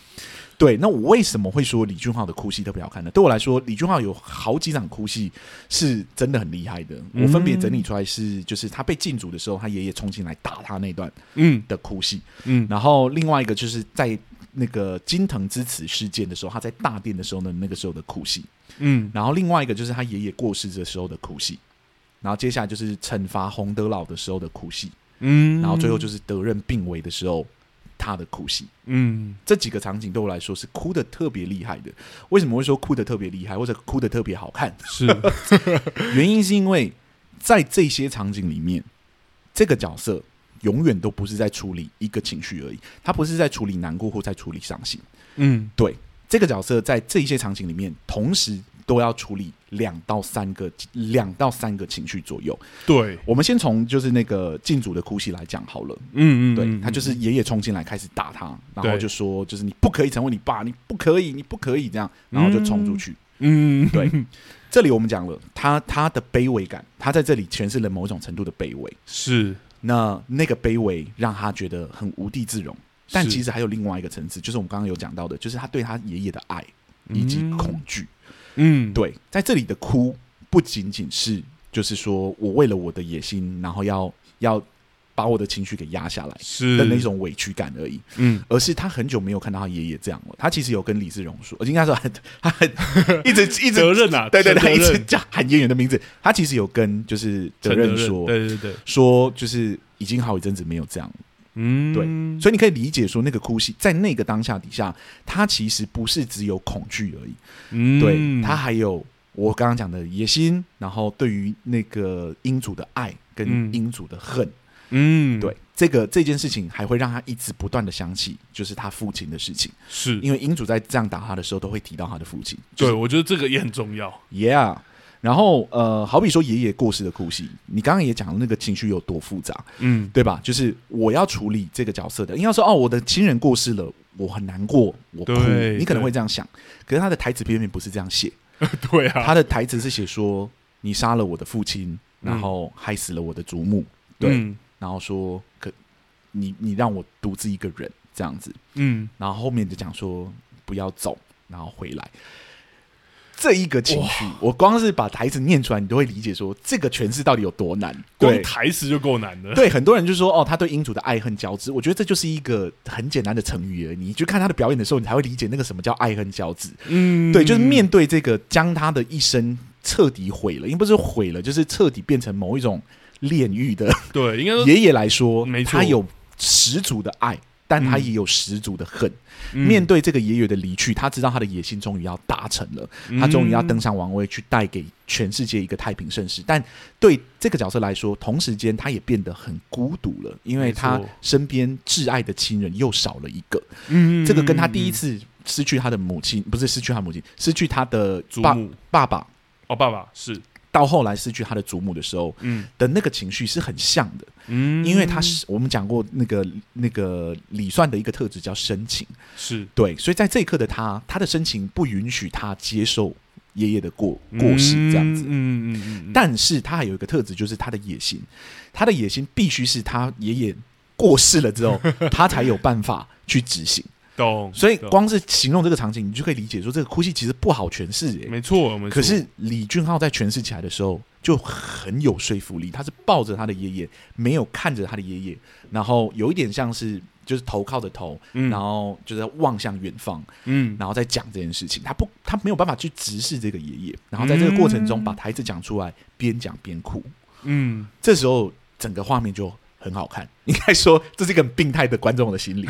S1: 对，那我为什么会说李俊浩的哭戏特别好看呢？对我来说，李俊浩有好几场哭戏是真的很厉害的。
S2: 嗯
S1: 我分别整理出来是，就是他被禁足的时候，他爷爷冲进来打他那段
S2: 嗯
S1: 的哭戏，
S2: 嗯，
S1: 然后另外一个就是在那个金藤之子事件的时候，他在大殿的时候呢，那个时候的哭戏。
S2: 嗯，
S1: 然后另外一个就是他爷爷过世的时候的哭戏，然后接下来就是惩罚洪德老的时候的哭戏，
S2: 嗯，
S1: 然后最后就是德任病危的时候他的哭戏。
S2: 嗯
S1: 这几个场景对我来说是哭的特别厉害的。为什么会说哭的特别厉害，或者哭的特别好看？
S2: 是
S1: 原因是因为在这些场景里面，这个角色永远都不是在处理一个情绪而已，他不是在处理难过或在处理伤心。
S2: 嗯
S1: 这个角色在这一些场景里面，同时都要处理两到三个两到三个情绪左右。
S2: 对，
S1: 我们先从就是那个禁主的哭戏来讲好了。
S2: 嗯嗯，
S1: 对
S2: 嗯
S1: 他就是爷爷冲进来开始打他，然后
S2: 对
S1: 就说就是你不可以成为你爸，你不可以，你不可以这样，然后就冲出去。
S2: 嗯
S1: 对， [LAUGHS] 这里我们讲了他他的卑微感，他在这里诠释了某种程度的卑微。
S2: 是，
S1: 那那个卑微让他觉得很无地自容，但
S2: 是
S1: 其实还有另外一个层次，就是我们刚刚有讲到的，就是他对他爷爷的爱以及
S2: 嗯
S1: 恐惧。
S2: 嗯
S1: 对，在这里的哭不仅仅是就是说我为了我的野心，然后要要把我的情绪给压下来
S2: 是
S1: 的那，种委屈感而已，
S2: 嗯
S1: 而是他很久没有看到他爷爷这样了。他其实有跟李志荣说，应该说很他很一直
S2: [LAUGHS]
S1: 一直
S2: 责任啊，
S1: 对对
S2: 责
S1: 对，一直
S2: 任
S1: 叫喊演员的名字。他其实有跟就是责任说
S2: 对对对，
S1: 说就是已经好一阵子没有这样了，
S2: 嗯
S1: 对所以你可以理解说那个哭戏在那个当下底下，他其实不是只有恐惧而已。
S2: 以
S1: 对他还有我刚刚讲的野心，然后对于那个英主的爱跟
S2: 嗯
S1: 英主的恨，
S2: 嗯
S1: 对这个这件事情还会让他一直不断的想起，就是他父亲的事情，
S2: 是，
S1: 因为英主在这样打他的时候都会提到他的父亲，
S2: 对我觉得这个也很重要，
S1: ，Yeah。然后，呃，好比说爷爷过世的哭戏，你刚刚也讲了那个情绪有多复杂，
S2: 嗯
S1: 对吧？就是我要处理这个角色的，应该说哦，我的亲人过世了，我很难过，我哭，
S2: 对
S1: 你可能
S2: 对
S1: 会这样想，可是他的台词偏偏不是这样写，
S2: [LAUGHS] 对啊，
S1: 他的台词是写说：“你杀了我的父亲，然后害死了我的祖母，对
S2: 嗯
S1: 然后说可你你让我独自一个人这样子。
S2: 嗯”
S1: 然后后面就讲说不要走，然后回来。这一个情绪，我光是把台词念出来，你都会理解说这个诠释到底有多难。
S2: 光台词就够难的，
S1: 对，很多人就说哦，他对英主的爱恨交织，我觉得这就是一个很简单的成语而已。你去看他的表演的时候，你才会理解那个什么叫爱恨交织。
S2: 嗯
S1: 对，就是面对这个将他的一生彻底毁了，因为不是毁了，就是彻底变成某一种炼狱的
S2: 对，应该说
S1: 爷爷来说，
S2: 呃没错
S1: 他有十足的爱。但他
S2: 嗯
S1: 也有十足的恨。
S2: 嗯
S1: 面对这个爷爷的离去，他知道他的野心终于要达成了，
S2: 嗯
S1: 他终于要登上王位，去带给全世界一个太平盛世。但对这个角色来说，同时间他也变得很孤独了，因为
S2: 没错
S1: 他身边挚爱的亲人又少了一个。
S2: 嗯，嗯
S1: 这个跟他第一
S2: 嗯
S1: 次失去他的母亲，不是失去他母亲，失去他的
S2: 祖
S1: 爸
S2: 母
S1: 爸爸，
S2: 哦，爸爸是，
S1: 到后来失去他的祖母的时候
S2: 嗯
S1: 的那个情绪是很像的，
S2: 嗯，
S1: 因为他是我们讲过那个那个李算的一个特质叫深情，
S2: 是
S1: 对，所以在这一刻的他，他的深情不允许他接受爷爷的过过世这样子。
S2: 嗯嗯嗯嗯嗯，
S1: 但是他还有一个特质，就是他的野心，他的野心必须是他爷爷过世了之
S2: [LAUGHS]
S1: 后，他才有办法去执行。
S2: 懂，
S1: 所以
S2: 懂
S1: 光是形容这个场景，你就可以理解说这个哭戏其实不好诠释耶、
S2: 没错，没错，
S1: 可是李俊浩在诠释起来的时候就很有说服力，他是抱着他的爷爷，没有看着他的爷爷，然后有一点像是就是头靠着头，
S2: 嗯
S1: 然后就是望向远方，
S2: 嗯，
S1: 然后再讲这件事情。他不，他没有办法去直视这个爷爷，然后在这个过程中
S2: 嗯
S1: 把台词讲出来，边讲边哭。
S2: 嗯，
S1: 这时候整个画面就很好看。 [LAUGHS] 应该说，这是一个很病态的观众的心理， [LAUGHS]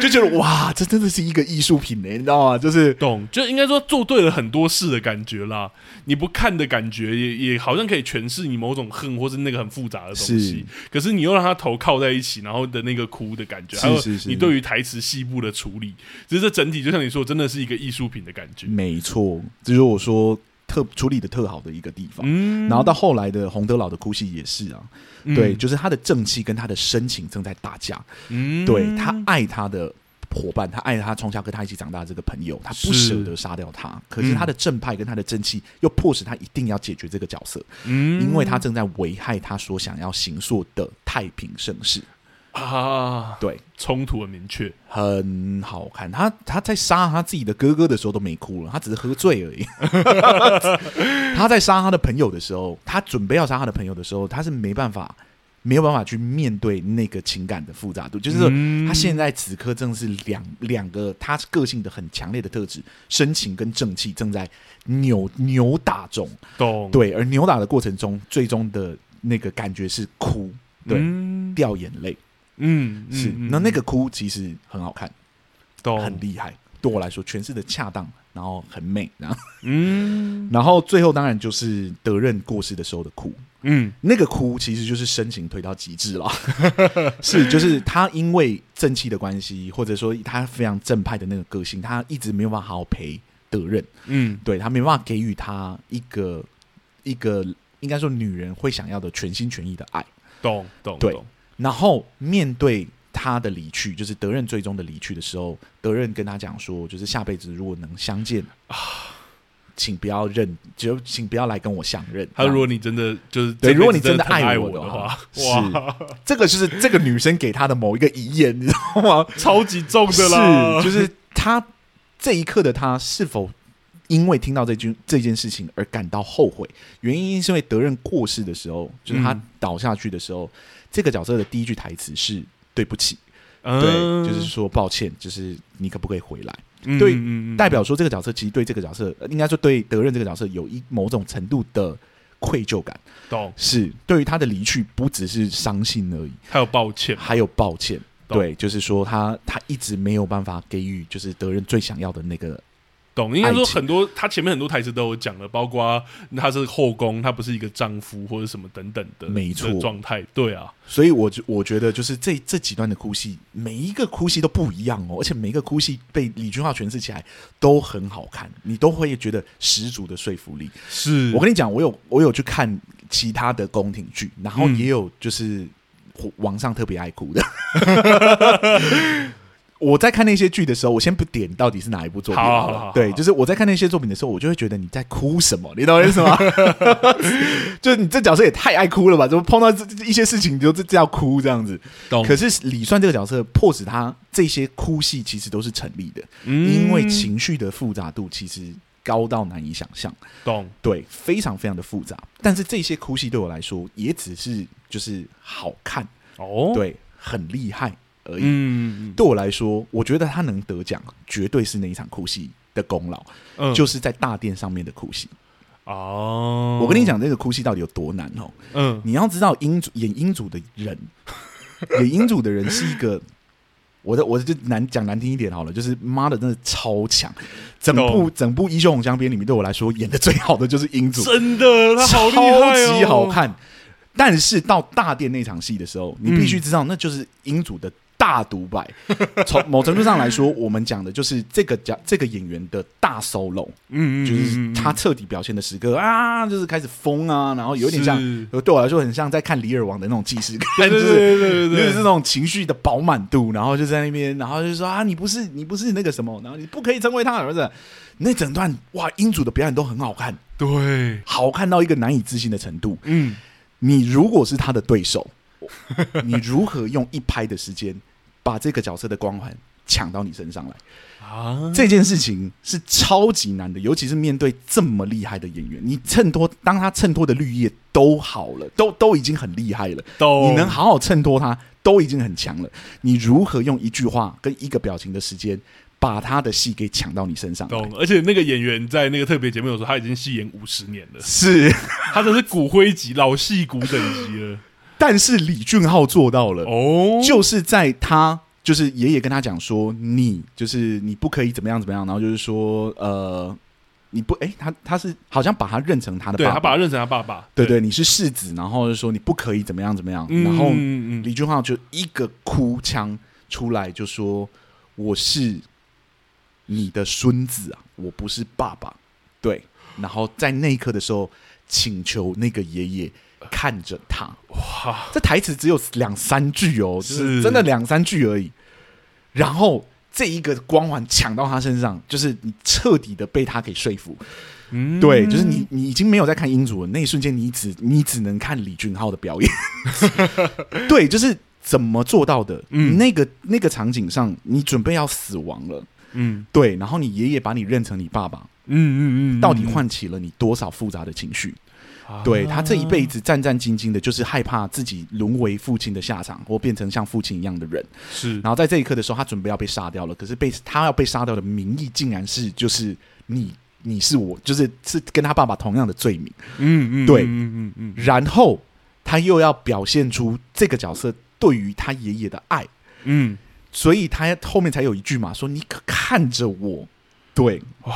S1: 就觉得哇，这真的是一个艺术品呢、欸你知道吗？就是
S2: 懂，就应该说做对了很多事的感觉啦。你不看的感觉也也好像可以诠释你某种恨或是那个很复杂的东西，可是你又让他头靠在一起，然后的那个哭的感觉，
S1: 是
S2: 还有
S1: 是是
S2: 你对于台词细部的处理，其实这整体就像你说，真的是一个艺术品的感觉。
S1: 没错，这就是我说特处理的特好的一个地方。
S2: 嗯，
S1: 然后到后来的洪德老的哭戏也是啊，
S2: 嗯
S1: 对，，就是他的正气跟他的深情正在打架，
S2: 嗯
S1: 对他爱他的伙伴，他爱他从小跟他一起长大的这个朋友，他不
S2: 是
S1: 舍得杀掉
S2: 嗯
S1: 他，可是他的正派跟他的正气又迫使他一定要解决这个角色，
S2: 嗯
S1: 因为他正在危害他所想要行塑的太平盛世。
S2: 啊，
S1: 对，
S2: 冲突很明确，
S1: 很好看。他他在杀他自己的哥哥的时候都没哭了，他只是喝醉
S2: [LAUGHS]
S1: 而已。他在杀他的朋友的时候，他准备要杀他的朋友的时候，他是没办法。没有办法去面对那个情感的复杂度，就是说
S2: 嗯
S1: 他现在此刻正是两两个他个性的很强烈的特质，深情跟正气正在扭扭打中，
S2: 懂，
S1: 对，而扭打的过程中，最终的那个感觉是哭，对
S2: 嗯
S1: 掉眼泪，
S2: 嗯，
S1: 是，
S2: 嗯哦
S1: 那那个哭其实很好看，
S2: 懂，
S1: 很厉害，对我来说诠释的恰当，然后很美，然后
S2: 嗯
S1: 然后最后当然就是德任过世的时候的哭，
S2: 嗯
S1: 那个哭其实就是深情推到极致了， [LAUGHS] 是就是他因为正气的关系，或者说他非常正派的那个个性，他一直没有办法好好陪德任，
S2: 嗯，
S1: 对他没办法给予他一个一个应该说女人会想要的全心全意的爱，
S2: 懂懂
S1: 对
S2: 懂
S1: 然后面对他的离去，就是德任最终的离去的时候，德任跟他讲说，就是下辈子如果能相见啊，请不要认，就请不要来跟我相认。
S2: 他说：“如
S1: 这样
S2: 果你真的就是
S1: 对
S2: 这辈子
S1: 如果你真
S2: 真
S1: 的
S2: 的疼爱
S1: 我
S2: 的
S1: 的
S2: 话，
S1: 话 [LAUGHS]
S2: 哇，
S1: 这个就是这个女生给他的某一个遗言，你知道吗？
S2: 超级重的啦，
S1: 是，就是他这一刻的他是否因为听到这句这件事情而感到后悔？原因是因为德任过世的时候，就是他
S2: 嗯
S1: 倒下去的时候，这个角色的第一句台词是“对不起”。
S2: [LAUGHS] 嗯
S1: 对，就是说抱歉，就是你可不可以回来？
S2: 嗯
S1: 对
S2: 嗯嗯
S1: 代表说这个角色其实对这个角色，呃应该说对德任这个角色有一某种程度的愧疚感，
S2: 懂，
S1: 是对于他的离去不只是伤心而已，
S2: 还有抱歉，
S1: 还有抱歉。
S2: 懂
S1: 对，就是说他他一直没有办法给予就是德任最想要的那个，
S2: 懂，应该说
S1: 爱情
S2: 很多，他前面很多台词都有讲了，包括他是后宫，他不是一个丈夫或者什么等等的，
S1: 没错
S2: 的状态，对啊，
S1: 所以我就我觉得就是这这几段的哭戏，每一个哭戏都不一样哦，而且每一个哭戏被李俊浩诠释起来都很好看，你都会觉得十足的说服力。
S2: 是
S1: 我跟你讲，我有我有去看其他的宫廷剧，然后
S2: 嗯
S1: 也有就是网上特别爱哭的。 [LAUGHS] 我在看那些剧的时候，我先不点到底是哪一部作品
S2: 好好
S1: 好了
S2: 好好
S1: 对，
S2: 好
S1: 就是我在看那些作品的时候，我就会觉得你在哭什么，你 [LAUGHS] 懂我意思吗？就是你这角色也太爱哭了吧？怎么碰到这这一些事情你就这这要哭这样子？
S2: 懂
S1: 可，是李算这个角色迫使他这些哭戏其实都是成立的，
S2: 因
S1: 因为情绪的复杂度其实高到难以想象。
S2: 懂，
S1: 对，非常非常的复杂。但是这些哭戏对我来说，也只是就是好看，
S2: 哦，，
S1: 对，很厉害而已。
S2: 嗯，
S1: 对我来说，我觉得他能得奖，绝对是那一场哭戏的功劳，
S2: 嗯
S1: 就是在大殿上面的哭戏。
S2: 哦，
S1: 我跟你，讲，这个哭戏到底有多难哦？
S2: 嗯，
S1: 你要知道，英主演英主的人，演英主的人是一个。我的我就难讲难听一点好了，就是妈的真的超强，整部整部《衣袖红香边》里面对我来说演的最好的就是英主，
S2: 真的，他 [LAUGHS] 好厉害哦，
S1: 超级好，看。但是到大殿那场戏的时候，你必须
S2: 嗯
S1: 知道，那就是英主的大独
S2: [LAUGHS]
S1: 白。从某程度上来说，我们讲的就是这个讲这个演员的大 solo，
S2: 嗯，嗯
S1: 就是他，彻底表现的时刻啊，就是开始疯啊，然后有点像
S2: 是，
S1: 对我来说很像在看《李尔王》的那种既视
S2: [LAUGHS] 对
S1: 感，就
S2: 对
S1: 是
S2: 对对
S1: 就
S2: 对
S1: 是
S2: 对
S1: 这种情绪的饱满度，然后就在那边，然后就说啊，你不是你不是那个什么，然后你不可以成为他儿子。那整段哇，英主的表演都很好看，
S2: 对，
S1: 好看到一个难以置信的程度。
S2: 嗯，
S1: 你如果是他的对手，你如何用一拍的时间把这个角色的光环抢到你身上来？
S2: 啊，
S1: 这件事情是超级难的，尤其是面对这么厉害的演员，你衬托当他衬托的绿叶都好了，都都已经很厉害了，
S2: 懂，
S1: 你能好好衬托他都已经很强了，你如何用一句话跟一个表情的时间把他的戏给抢到你身上来？
S2: 懂，而且那个演员在那个特别节目有说，他已经戏演五十年了，
S1: 是，
S2: 他真是骨灰级老戏骨等级了。
S1: 但是李俊浩做到了。
S2: 哦，
S1: 就是在他就是爷爷跟他讲说，你就是你不可以怎么样怎么样，然后就是说呃，你不哎、他他是好像把他认成他的
S2: 对
S1: 爸
S2: 他
S1: 爸，
S2: 把他认成他爸爸，
S1: 对对，你是世子，然后就说你不可以怎么样怎么样，
S2: 嗯，
S1: 然后
S2: 嗯嗯
S1: 李俊浩就一个哭腔出来就说我是你的孙子啊，我不是爸爸，对，然后在那一刻的时候请求那个爷爷看着他。
S2: 哇，
S1: 这台词只有两三句哦，就是
S2: 是
S1: 真的两三句而已。然后这一个光环抢到他身上，就是你彻底的被他给说服。
S2: 嗯
S1: 对，就是你，你已经没有在看英主了，那一瞬间你只你只能看李俊浩的表
S2: [LAUGHS]
S1: 演。对，就是怎么做到的？
S2: 嗯
S1: 那个那个场景上，你准备要死亡了。
S2: 嗯
S1: 对，然后你爷爷把你认成你爸爸，
S2: 嗯嗯嗯，
S1: 到底唤起了你多少复杂的情绪？
S2: 嗯
S1: 对他这一辈子战战兢兢的，就是害怕自己沦为父亲的下场，或变成像父亲一样的人。
S2: 是
S1: 然后在这一刻的时候，他准备要被杀掉了，可是被他要被杀掉的名义竟然是就是你你是我，就是是跟他爸爸同样的罪名。
S2: 嗯嗯
S1: 对
S2: 嗯嗯嗯嗯
S1: 然后他又要表现出这个角色对于他爷爷的爱，
S2: 嗯，
S1: 所以他后面才有一句嘛，说你可看着我，对，哇，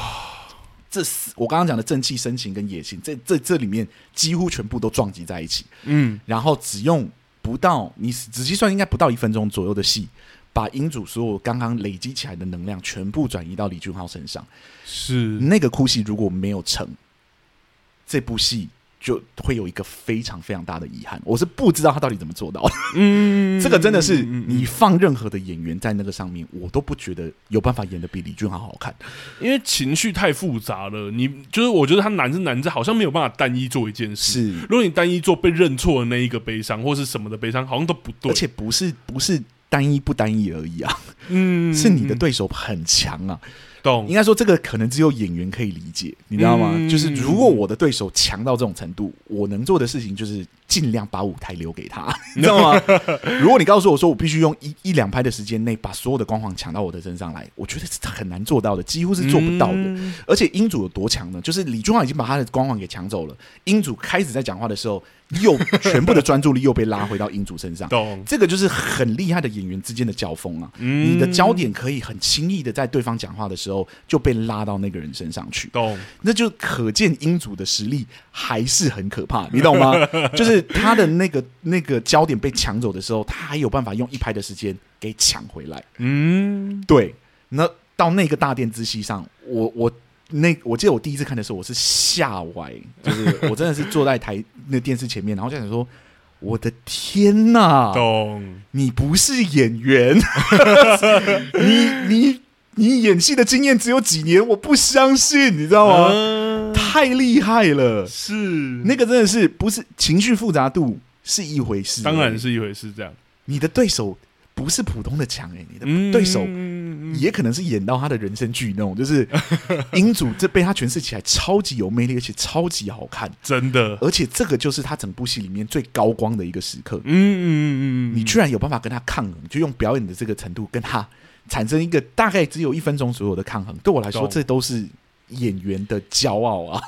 S1: 这是我刚刚讲的正气、深情跟野性，这这这里面几乎全部都撞击在一起，
S2: 嗯
S1: 然后只用不到你仔细算应该不到一分钟左右的戏。把英主所有刚刚累积起来的能量全部转移到李俊浩身上，
S2: 是嗯
S1: 那个哭戏如果没有成，这部戏就会有一个非常非常大的遗憾。我是不知道他到底怎么做到的，
S2: 嗯，
S1: 这个真的是
S2: 嗯嗯嗯
S1: 你放任何的演员在那个上面，我都不觉得有办法演的比李俊浩好看。
S2: 因为情绪太复杂了，你就是我觉得他难是难在好像没有办法单一做一件事。
S1: 是，
S2: 如果你单一做被认错的那一个悲伤或是什么的悲伤，好像都不对。
S1: 而且不是不是单一不单一而已啊，
S2: 嗯，
S1: 是你的
S2: 嗯
S1: 对手很强啊。应
S2: 懂，
S1: 该说这个可能只有演员可以理解，你知道吗？
S2: 嗯
S1: 就是如果我的对手强到这种程度，我能做的事情就是尽量把舞台留给
S2: [LAUGHS]
S1: 他，你知道吗？如果你告诉我说我必须用一一两拍的时间内把所有的光环抢到我的身上来，我觉得是很难做到的，几乎是做不到的。
S2: 嗯
S1: 而且英主有多强呢？就是李俊浩已经把他的光环给抢走了，英主开始在讲话的时候，又全部的专注力又被拉回到英主
S2: [LAUGHS]
S1: 身上。
S2: 懂，
S1: 这个就是很厉害的演员之间的交锋啊！
S2: 嗯
S1: 你的焦点可以很轻易的在对方讲话的时候就被拉到那个人身上去，
S2: 懂，
S1: 那就可见英主的实力还是很可怕，你懂吗？就是他的那个那个焦点被抢走的时候，他还有办法用一拍的时间给抢回来。
S2: 嗯，
S1: 对，那到那个大殿之西上，我我那我记得我第一次看的时候，我是吓歪，就是我真的是坐在台那电视前面，然后就想说。我的天呐！
S2: 懂，
S1: 你不是演员， [LAUGHS] 你你你演戏的经验只有几年，我不相信，你知道吗？
S2: 嗯
S1: 太厉害了，
S2: 是
S1: 哦那个真的是不是情绪复杂度是一回事，
S2: 当然，是一回事，这样，
S1: 你的对手不是普通的强，哎，你的
S2: 嗯，
S1: 对手
S2: 嗯
S1: 也可能是演到他的人生剧那种，就是
S2: [LAUGHS]
S1: 英主这被他诠释起来超级有魅力，而且超级好看，
S2: 真的，
S1: 而且这个就是他整部戏里面最高光的一个时刻，
S2: 嗯嗯嗯嗯，
S1: 你居然有办法跟他抗衡，就用表演的这个程度跟他产生一个大概只有一分钟左右的抗衡，对我来说，
S2: 懂
S1: 这都是演员的骄傲啊！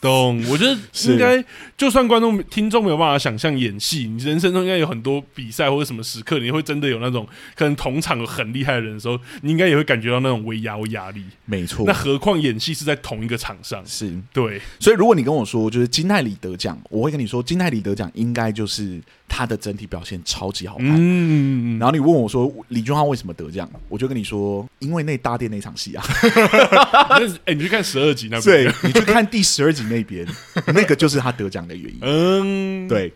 S2: 懂，我觉得
S1: 是
S2: 应该，就算观众、听众没有办法想象演戏，你人生中应该有很多比赛或者什么时刻，你会真的有那种可能同场有很厉害的人的时候，你应该也会感觉到那种威压或压力。
S1: 没错
S2: 那何况演戏是在同一个场上，
S1: 是。
S2: 对，
S1: 所以，如果你跟我说就是金泰里得奖，我会跟你说，金泰里得奖应该就是他的整体表现超级好看。[LAUGHS]
S2: 嗯，
S1: 然后你问我说李俊浩为什么得奖，我就跟你说，因为那大殿那场戏啊，
S2: 那哎、你去看十二集那边，
S1: 对你去看第十二集那边，那个就是他得奖的原因。
S2: 嗯，，
S1: 对，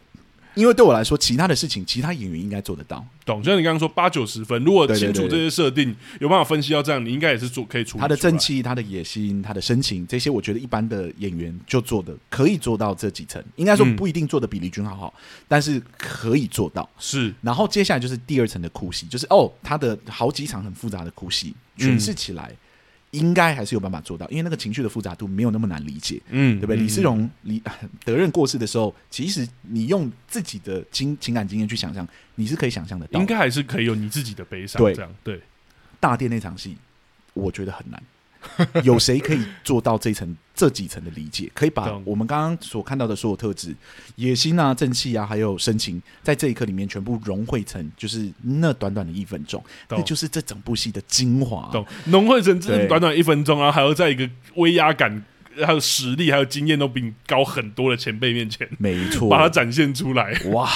S1: 因为对我来说，其他的事情，其他演员应该做得到，
S2: 懂。就像你刚刚说八九十分，如果
S1: 对对
S2: 清楚
S1: 对
S2: 这些设定，有办法分析到这样，你应该也是做可以处理
S1: 他的
S2: 出来
S1: 正气、他的野心、他的深情，这些我觉得一般的演员就做的可以做到这几层，应该说
S2: 嗯
S1: 不一定做的比李俊浩好，但是可以做到。
S2: 是
S1: 然后接下来就是第二层的哭戏，就是哦，他的好几场很复杂的哭戏诠
S2: 嗯
S1: 释起来，应该还是有办法做到，因为那个情绪的复杂度没有那么难理解，
S2: 嗯，
S1: 对不对？李世荣李德任过世的时候，其实你用自己的情情感经验去想象，你是可以想象得到
S2: 嗯应。该还是可以有你自己的悲伤，
S1: 对
S2: 这样对。
S1: 大殿那场戏，我觉得很难。 [LAUGHS] 有谁可以做到这层这几层的理解？可以把
S2: 懂
S1: 我们刚刚所看到的所有特质、野心啊、正气啊，还有深情，在这一刻里面全部融汇成，就是那短短的一分钟，
S2: 懂
S1: 那就是这整部戏的精华。
S2: 懂，农会成只
S1: 啊对
S2: 短短一分钟，然后还要在一个威压感、还有实力、还有经验都比你高很多的前辈面前，
S1: 没错，
S2: 把它展现出来。
S1: 哇，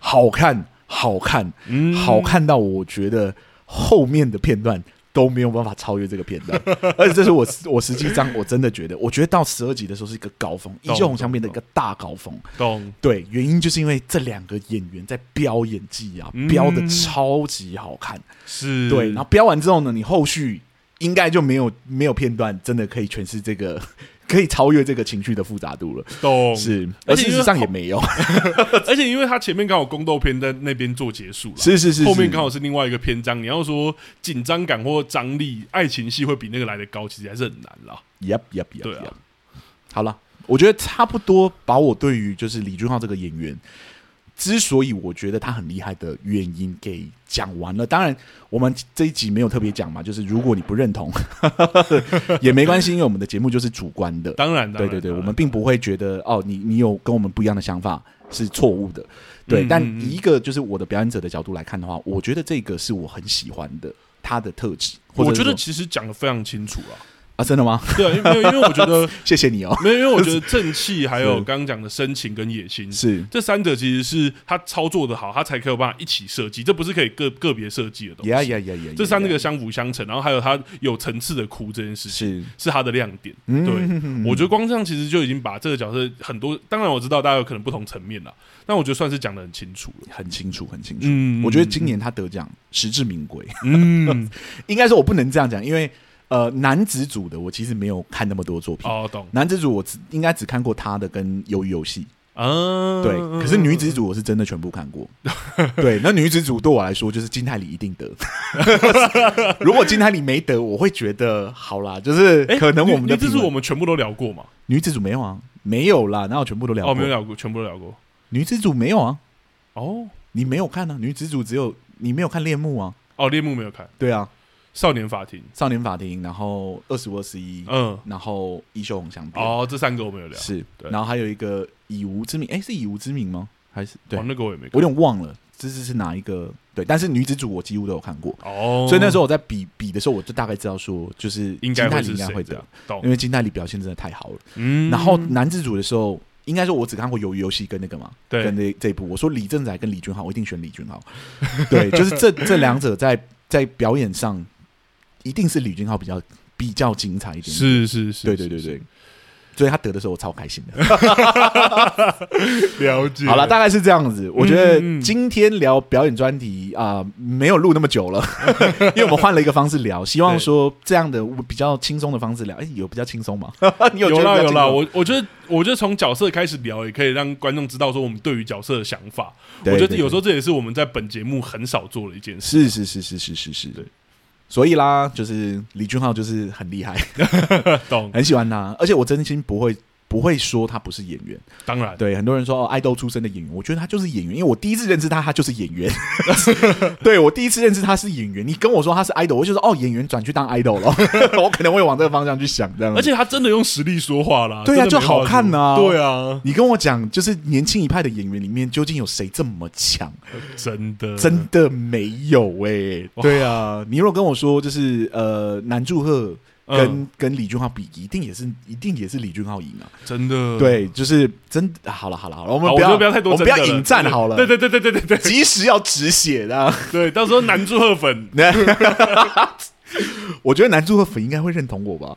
S1: 好看，好看，
S2: 嗯
S1: 好看到我觉得后面的片段都没有办法超越这个片
S2: [LAUGHS]
S1: 段，而且这是我我实际上我真的觉得，我觉得到十二集的时候是一个高峰，《
S2: 懂
S1: 一秀红香边》的一个大高峰。
S2: 懂，
S1: 对，原因就是因为这两个演员在飙演技啊，
S2: 嗯
S1: 飙的超级好看。
S2: 是，
S1: 对，然后飙完之后呢，你后续应该就没有没有片段真的可以诠释这个， [LAUGHS] 可以超越这个情绪的复杂度了。
S2: 懂
S1: 是，而
S2: 而且
S1: 事
S2: 因为
S1: 实上
S2: 后
S1: 也没有。
S2: [LAUGHS] 而且因为他前面刚好宫斗片在那边做结束了。
S1: [LAUGHS] 是是是，
S2: 后
S1: 是
S2: 面刚好是另外一个篇章，你要说紧张感或张力，爱情戏会比那个来的高，其实还是很难啦。
S1: Yep, yep, yep,
S2: 对啊
S1: yep 好了，我觉得差不多把我对于就是李俊浩这个演员，之所以我觉得他很厉害的原因给讲完了。当然，我们这一集没有特别讲嘛，就是如果你不认同 [LAUGHS] 也没关系，因为我们的节目就是主观的。
S2: 当然，当
S1: 对
S2: 然
S1: 对对，
S2: 当
S1: 我
S2: 然
S1: 们并不会觉得哦，你你有跟我们不一样的想法是错误的。对，
S2: 嗯
S1: 但
S2: 嗯嗯
S1: 以一个就是我的表演者的角度来看的话，我觉得这个是我很喜欢的他的特质。或者
S2: 我
S1: 是
S2: 觉得
S1: 说
S2: 其实讲的非常清楚啊。
S1: 啊，真的吗？
S2: 对啊，因为因为我
S1: [LAUGHS]
S2: 觉得
S1: 谢谢
S2: [LAUGHS]
S1: 你哦，
S2: 没有，因为我觉得正气还有
S1: 是
S2: 刚刚讲的深情跟野心，
S1: 是
S2: 这三者其实是他操作的好，他才可以有办法一起设计，这不是可以个个别设计的东西。
S1: 呀呀呀呀，
S2: 这三
S1: yeah，yeah
S2: 个相辅相成，然后还有他有层次的哭这件事情
S1: 是，
S2: 是他的亮点。
S1: 嗯
S2: 对
S1: 哼哼
S2: 我觉得光这样其实就已经把这个角色很多，当然我知道大家有可能不同层面啦，但我觉得算是讲的很清楚了。
S1: 很清楚，很清楚。
S2: 嗯
S1: 我觉得今年他得奖实至名归， [LAUGHS]
S2: 嗯，
S1: 应该说我不能这样讲，因为呃，男子组的我其实没有看那么多作品。
S2: [LAUGHS] 哦，懂
S1: 男子组我只应该只看过他的跟《鱿鱼游戏》，
S2: 啊，
S1: [LAUGHS] 对，可是女子组我是真的全部看过。
S2: 嗯
S1: [LAUGHS] 对，那女子组对我来说就是金泰里一定
S2: [LAUGHS]
S1: 得。如果金泰里没得，我会觉得好啦，就是
S2: 诶
S1: 可能我们
S2: 女
S1: 的
S2: 啊哦女子
S1: 评
S2: 组
S1: 论
S2: 我们全部都聊过嘛？
S1: 女子组没有啊，没有啦，哪有全部都聊过？
S2: 哦，没有聊过，全部都聊过。
S1: 女子组没有啊，
S2: 哦
S1: 你没有看啊，女子组只有你没有看恋慕啊，
S2: 哦，猎幕没有看，
S1: 对啊，
S2: 少年法庭，
S1: 少年法庭，然后二十五二十一，
S2: 嗯，
S1: 然后衣袖红香边，
S2: 哦，这三个我没有聊，
S1: 是，
S2: 对
S1: 然后还有一个以无之名，哎，是以无之名吗？还是对
S2: 哦，那个我也没看
S1: 我。有点忘了，这是是哪一个？对，但是女子组我几乎都有看过，
S2: 哦，
S1: 所以那时候我在比比的时候，我就大概知道说，就是
S2: 应该
S1: 金泰
S2: 会
S1: 里
S2: 是
S1: 应该
S2: 谁
S1: 会
S2: 这
S1: 得
S2: 样，？懂
S1: 因，为金泰里表现真的太好了。
S2: 嗯
S1: 然后男子组的时候，应该说我只看过《鱿鱼游戏》跟那个嘛，
S2: 对
S1: 跟那这一部。我说李正宰跟李俊浩，我一定选李俊浩。对，就是这这两者在在表演上，一定是李俊浩比较比较精彩一点。，
S2: 是是是，
S1: 对对对对。所以他得的时候，我超开心的。
S2: 对，了解。
S1: 好了，大概是这样子。我觉得
S2: 嗯嗯
S1: 今天聊表演专题啊、没有录那么久了， [LAUGHS] 因为我们换了一个方式聊，希望说这样的比较轻松的方式聊。哎、有比较轻松
S2: [LAUGHS]
S1: 吗？你有
S2: 有
S1: 觉
S2: 啦
S1: 得比较轻
S2: 有啦，
S1: 松
S2: 我我觉得我觉得从角色开始聊，也可以让观众知道说我们对于角色的想法。
S1: 对
S2: 我觉
S1: 对
S2: 得
S1: 对
S2: 有时候这也是我们在本节目很少做的一件事。
S1: 是是是是是是是，
S2: 对。
S1: 所以啦，就是李俊浩就是很厉害，
S2: 懂？
S1: 很喜欢他，而且我真心不会不会说他不是演员。
S2: 当然，
S1: 对，很多人说哦，爱豆出身的演员，我觉得他就是演员，因为我第一次认识他，他就是演员。 [LAUGHS] 对我第一次认识他是演员，你跟我说他是 idol，我就说哦，演员转去当 idol 了， [LAUGHS] 我可能会往这个方向去想这样子。
S2: 而且他真的用实力说话啦。
S1: 对啊
S2: 真的没话
S1: 就好看啊
S2: 说对啊，
S1: 你跟我讲，就是年轻一派的演员里面，究竟有谁这么强？
S2: 真的
S1: 真的没有哎、
S2: 哇
S1: 对啊，你如果跟我说，就是呃，南柱赫跟、
S2: 嗯
S1: 跟李俊浩比，一定也是一定也是李俊浩赢啊。
S2: 真的。
S1: 对，就是真的好了好了好了，我们
S2: 嗯好，
S1: 不
S2: 我
S1: 要
S2: 就不要太多
S1: 我
S2: 真
S1: 们不
S2: 的了，
S1: 要引战好了。
S2: 对对对对对对对
S1: 及时要止血的
S2: [LAUGHS]
S1: 啊。
S2: 对，到时候男祝贺
S1: 嗯
S2: 粉，
S1: 我觉得男祝贺粉应该会认同我吧？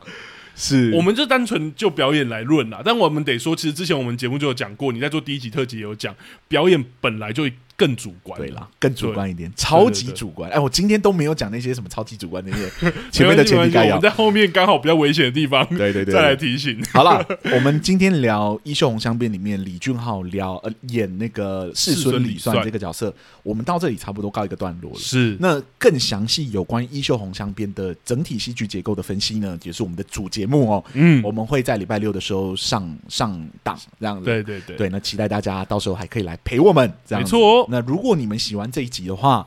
S1: 是
S2: 我们就单纯就表演来论啦。但我们得说，其实之前我们节目就有讲过，你在做第一集特辑也有讲，表演本来就更主观。
S1: 对啦，更主观一点，超级主观。哎，我今天都没有讲那些什么超级主观
S2: [LAUGHS]
S1: 那些前面的前
S2: 没
S1: 提
S2: 关系没关
S1: 概
S2: 系我
S1: 要
S2: 们。在后面刚好比较危险的地方，
S1: 对对对对
S2: 再来提醒。
S1: 好了，我们今天聊《衣袖红香边》里面李俊浩聊呃演那个世
S2: 世
S1: 孙
S2: 孙
S1: 李
S2: 李
S1: 算
S2: 算
S1: 这个角色，我们到这里差不多告一个段落了。
S2: 是
S1: 那更详细有关《衣袖红香边》的整体戏剧结构的分析呢，也是我们的主节目哦。
S2: 嗯
S1: 我，们会在礼拜六的时候上上档这样子。
S2: 对对对，
S1: 对，那期待大家到时候还可以来陪我们，这样
S2: 没
S1: 子
S2: 错哦
S1: 那如果你们喜欢这一集的话，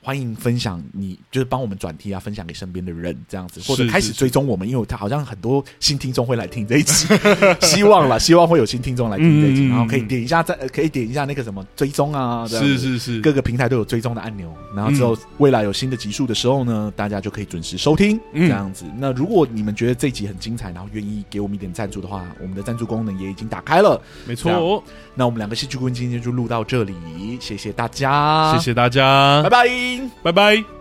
S1: 欢迎分享你，就是帮我们转贴啊，分享给身边的人，这样子，或者
S2: 是
S1: 开始
S2: 是是
S1: 追踪我们，因为他好像很多新听众会来听这一集， [LAUGHS] 希望啦，希望会有新听众来听这一集，
S2: 嗯
S1: 然后可以点一下在，呃可以点一下那个什么追踪啊，这样子
S2: 是是是，
S1: 各个平台都有追踪的按钮，然后之后未来有新的集数的时候呢，大家就可以准时收听、
S2: 嗯
S1: 这样子。那如果你们觉得这集很精彩，然后愿意给我们一点赞助的话，我们的赞助功能也已经打开了。
S2: 没错哦。
S1: 那我们两个戏剧顾问今天就录到这里，谢谢大家，
S2: 谢，谢大家
S1: 拜，拜。
S2: 拜拜。